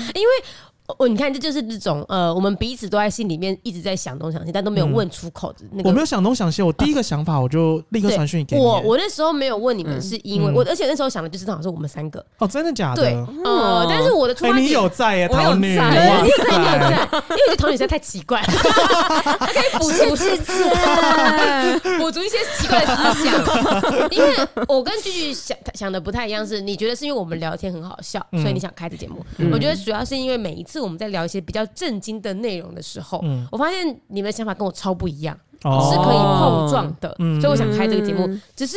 哦，你看，这就是这种呃，我们彼此都在心里面一直在想东想西，但都没有问出口的那个。我没有想东想西，我第一个想法我就立刻传讯给你。我我那时候没有问你们，嗯是因为嗯我，而且那时候想的就是正好是我们三个，哦，真的假对的？呃，但是我的出哎，发你点，有在耶，我有桃女，在哇你有在，你有塞，在，因为我觉得童女实在太奇怪， 她可以补足是补足一些奇怪的思想。因为我跟句句想想的不太一样，是你觉得是因为我们聊天很好笑，嗯所以你想开这节目。嗯我觉得主要是因为每一次我们在聊一些比较震惊的内容的时候，嗯，我发现你们的想法跟我超不一样，哦是可以碰撞的，嗯所以我想开这个节目。嗯只是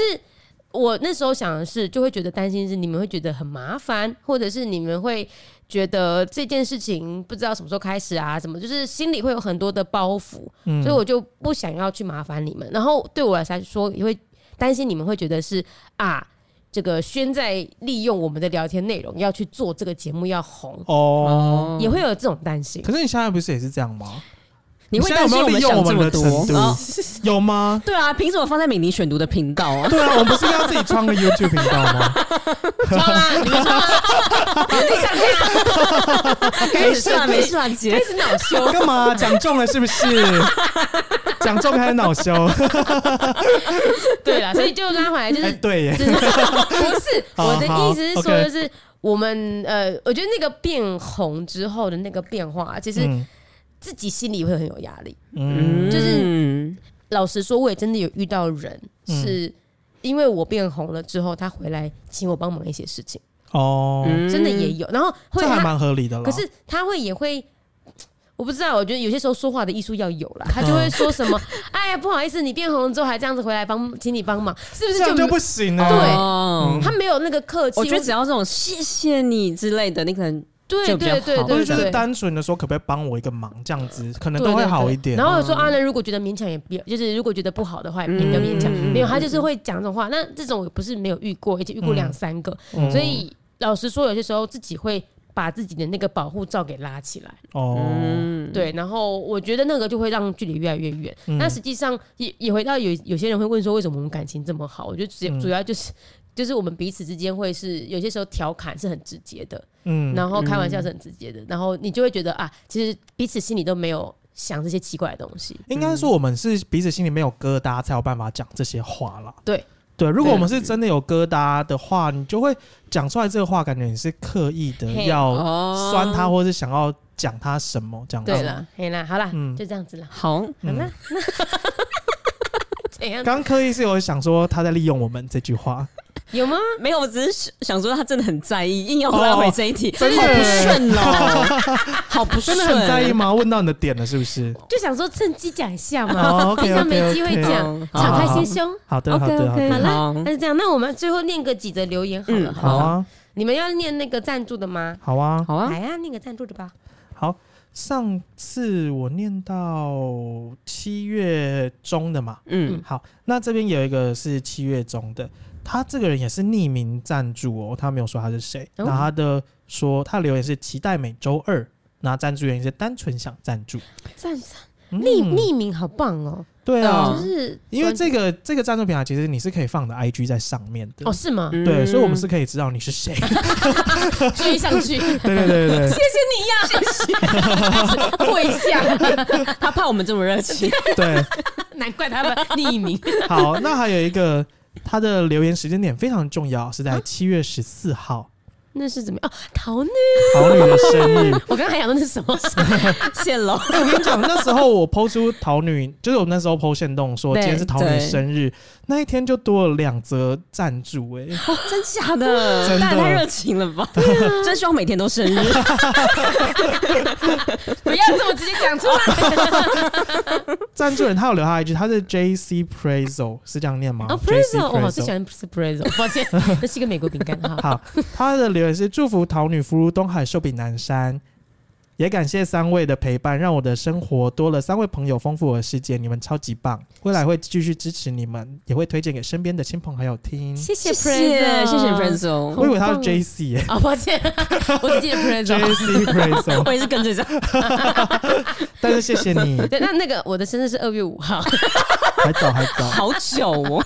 我那时候想的是，就会觉得担心是你们会觉得很麻烦，或者是你们会觉得这件事情不知道什么时候开始啊，什么就是心里会有很多的包袱，嗯所以我就不想要去麻烦你们。然后对我来说，也会担心你们会觉得是啊。这个轩在利用我们的聊天内容要去做这个节目要红，哦。也会有这种担心。可是你现在不是也是这样吗？你会现在担有没心有们想利用我这们么的多？程度？哦 有吗？对啊，凭什么放在美尼选读的频道 啊？对啊，我们不是应该要自己创个 YouTube 频道吗？ 装啊 啦，你们装啦，你上架， 没事啊，没事啊，姐开。始恼羞。干嘛讲中了是不是？讲中还恼羞？对啦，所以就拉回来，就是哎， 对耶， 就是不是好我的意思是好说， ，OK 就是我们呃，我觉得那个变红之后的那个变化，其实嗯自己心里会很有压力。嗯就是是老实说，我也真的有遇到人嗯是。因为我变红了之后，他回来请我帮忙一些事情，哦，真的也有。然后嗯会这还他蛮合理的了。啊可是他会也会。我不知道，我觉得有些时候说话的艺术要有啦，嗯他就会说什么， 哎呀，不好意思，你变红了之后还这样子回来帮，请你帮忙，是不是这样就就不行啊。对哦他没有那个客气？我觉得只要这种谢谢你之类的，你可能对对就比较对对好或者对，就是对单纯的说，可不可以帮我一个忙，这样子可能对都会对好对一点。然后我说啊，那如果觉得勉强也不要，就是如果觉得不好的话，也不要勉强。嗯嗯没有，他就是会讲这种话。那这种我不是没有遇过，已经遇过嗯两三个。嗯所以老实说，有些时候自己会把自己的那个保护罩给拉起来。哦，嗯，对，然后我觉得那个就会让距离越来越远。嗯那实际上也也回到有有些人会问说，为什么我们感情这么好？我觉得主嗯主要就是。就是我们彼此之间会是有些时候调侃是很直接的，嗯然后开玩笑是很直接的，然后你就会觉得啊，其实彼此心里都没有想这些奇怪的东西。应该说我们是彼此心里没有疙瘩，才有办法讲这些话啦。对对，如果对我们是真的有疙瘩的话，你就会讲出来这个话，感觉你是刻意的嘿要哦酸他，或是想要讲他什么这样子。对了，嘿啦，好啦，嗯就这样子 啦，好，好嗯啦，怎样？刚刻意是有想说他在利用我们这句 话，有吗？没有，我只是想说他真的很在意，硬要拉回这一题，哦真的好不顺哦，好不顺，真的 很在意吗？问到你的点了是 不是？就想说趁机讲一下 哦嘛， ，OK，平常 OK，没机会 OK 讲，嗯？好敞开好心胸。好的，好的，好 OK，OK 好的，啦好，那就这样，那我们最后念个几则留言好了。嗯好好了，啊，你们要念那个赞助的吗？好啊，好啊，来啊，念个赞助的吧。好。上次我念到七月中的嘛，嗯，好，那这边有一个是七月中的，他这个人也是匿名赞助哦，他没有说他是谁。哦那他的说，他的留言是期待每周二，那赞助原因是单纯想赞助。赞赞，匿嗯匿名好棒哦，对嗯啊，就是因为专这个这个赞助平台其实你是可以放你的 IG 在上面的哦，是吗？嗯对，所以我们是可以知道你 是谁。追上 去，对对对 对谢谢你呀，跪下，他怕我们这么热情，对对， 难怪他们匿名。好，那还有一个，他的留言时间点非常重要，是在啊七月十四 号， 那是怎么样？哦，桃女，桃女的生 日。我刚才还想说那是什么？谢喽。我跟你讲，那时候我抛出桃女，就是我那时候抛线动说对今天是桃女对生日，那一天就多了两则赞助、欸，哦，真假的？真的啊大家太热情了吧！真希望每天都生日。不要这么直接讲出来。赞助人他有留他一句，他是 J C Prazo，是啊这样念吗哦 p r i ？J z C o 我好最 Prazo 喜。欢是 p r i z o 抱歉，那是一个美国饼干哈。好，他的留言是祝福桃女福如东海，寿比南山。也感谢三位的陪伴，让我的生活多了三位朋友，丰富我的世界。你们超级棒，未来会继续支持你们，也会推荐给身边的亲朋好友听。谢谢 p 谢 r i z o 谢谢 f r i e n Prizo。 z o 我以为他是好棒哦 J C 耶、啊，抱 歉，我只记得 p r i z j o C Prazo，我也是跟着这样，但是谢谢你，对，那那个我的生日是二月五号，还早还 早。好久哦。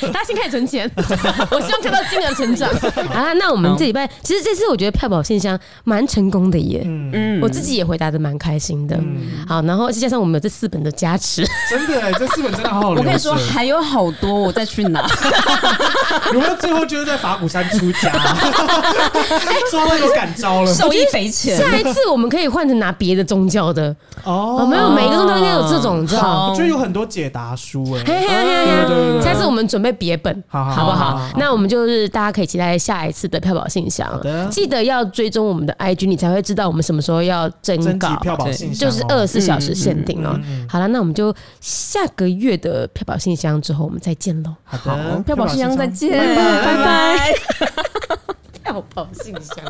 大家先开始存钱，我希望看到金额成长啊。那我们这礼拜其实这次我觉得票宝信箱蛮成功的耶，嗯嗯我自己也回答的蛮开心的。嗯，好，然后再加上我们有这四本的加持，真的、欸，这四本真的好好我留着。跟你说， 还有好多，我再去拿。有没有最后就是在法鼓山出家、 说到有感召 了受益匪浅。下一次我们可以换成拿别的宗教的，哦哦，没有每一个宗教应该有这种，你知道？好我觉得有很多解答书哎、嘿嘿嘿对对嘿对嘿，下次我们准备别本。好好好不好？好那我们就是大家可以期待下一次的票宝信箱好，的记得要追踪我们的 IG，你才会知道我们什么时候要征征集稿，票宝对信箱就哦、是二十四小时限定哦。嗯嗯嗯好了，那我们就下个月的票宝信箱之后我们再见喽。好嗯 票的， 宝信箱再见，拜拜拜拜。票宝信箱。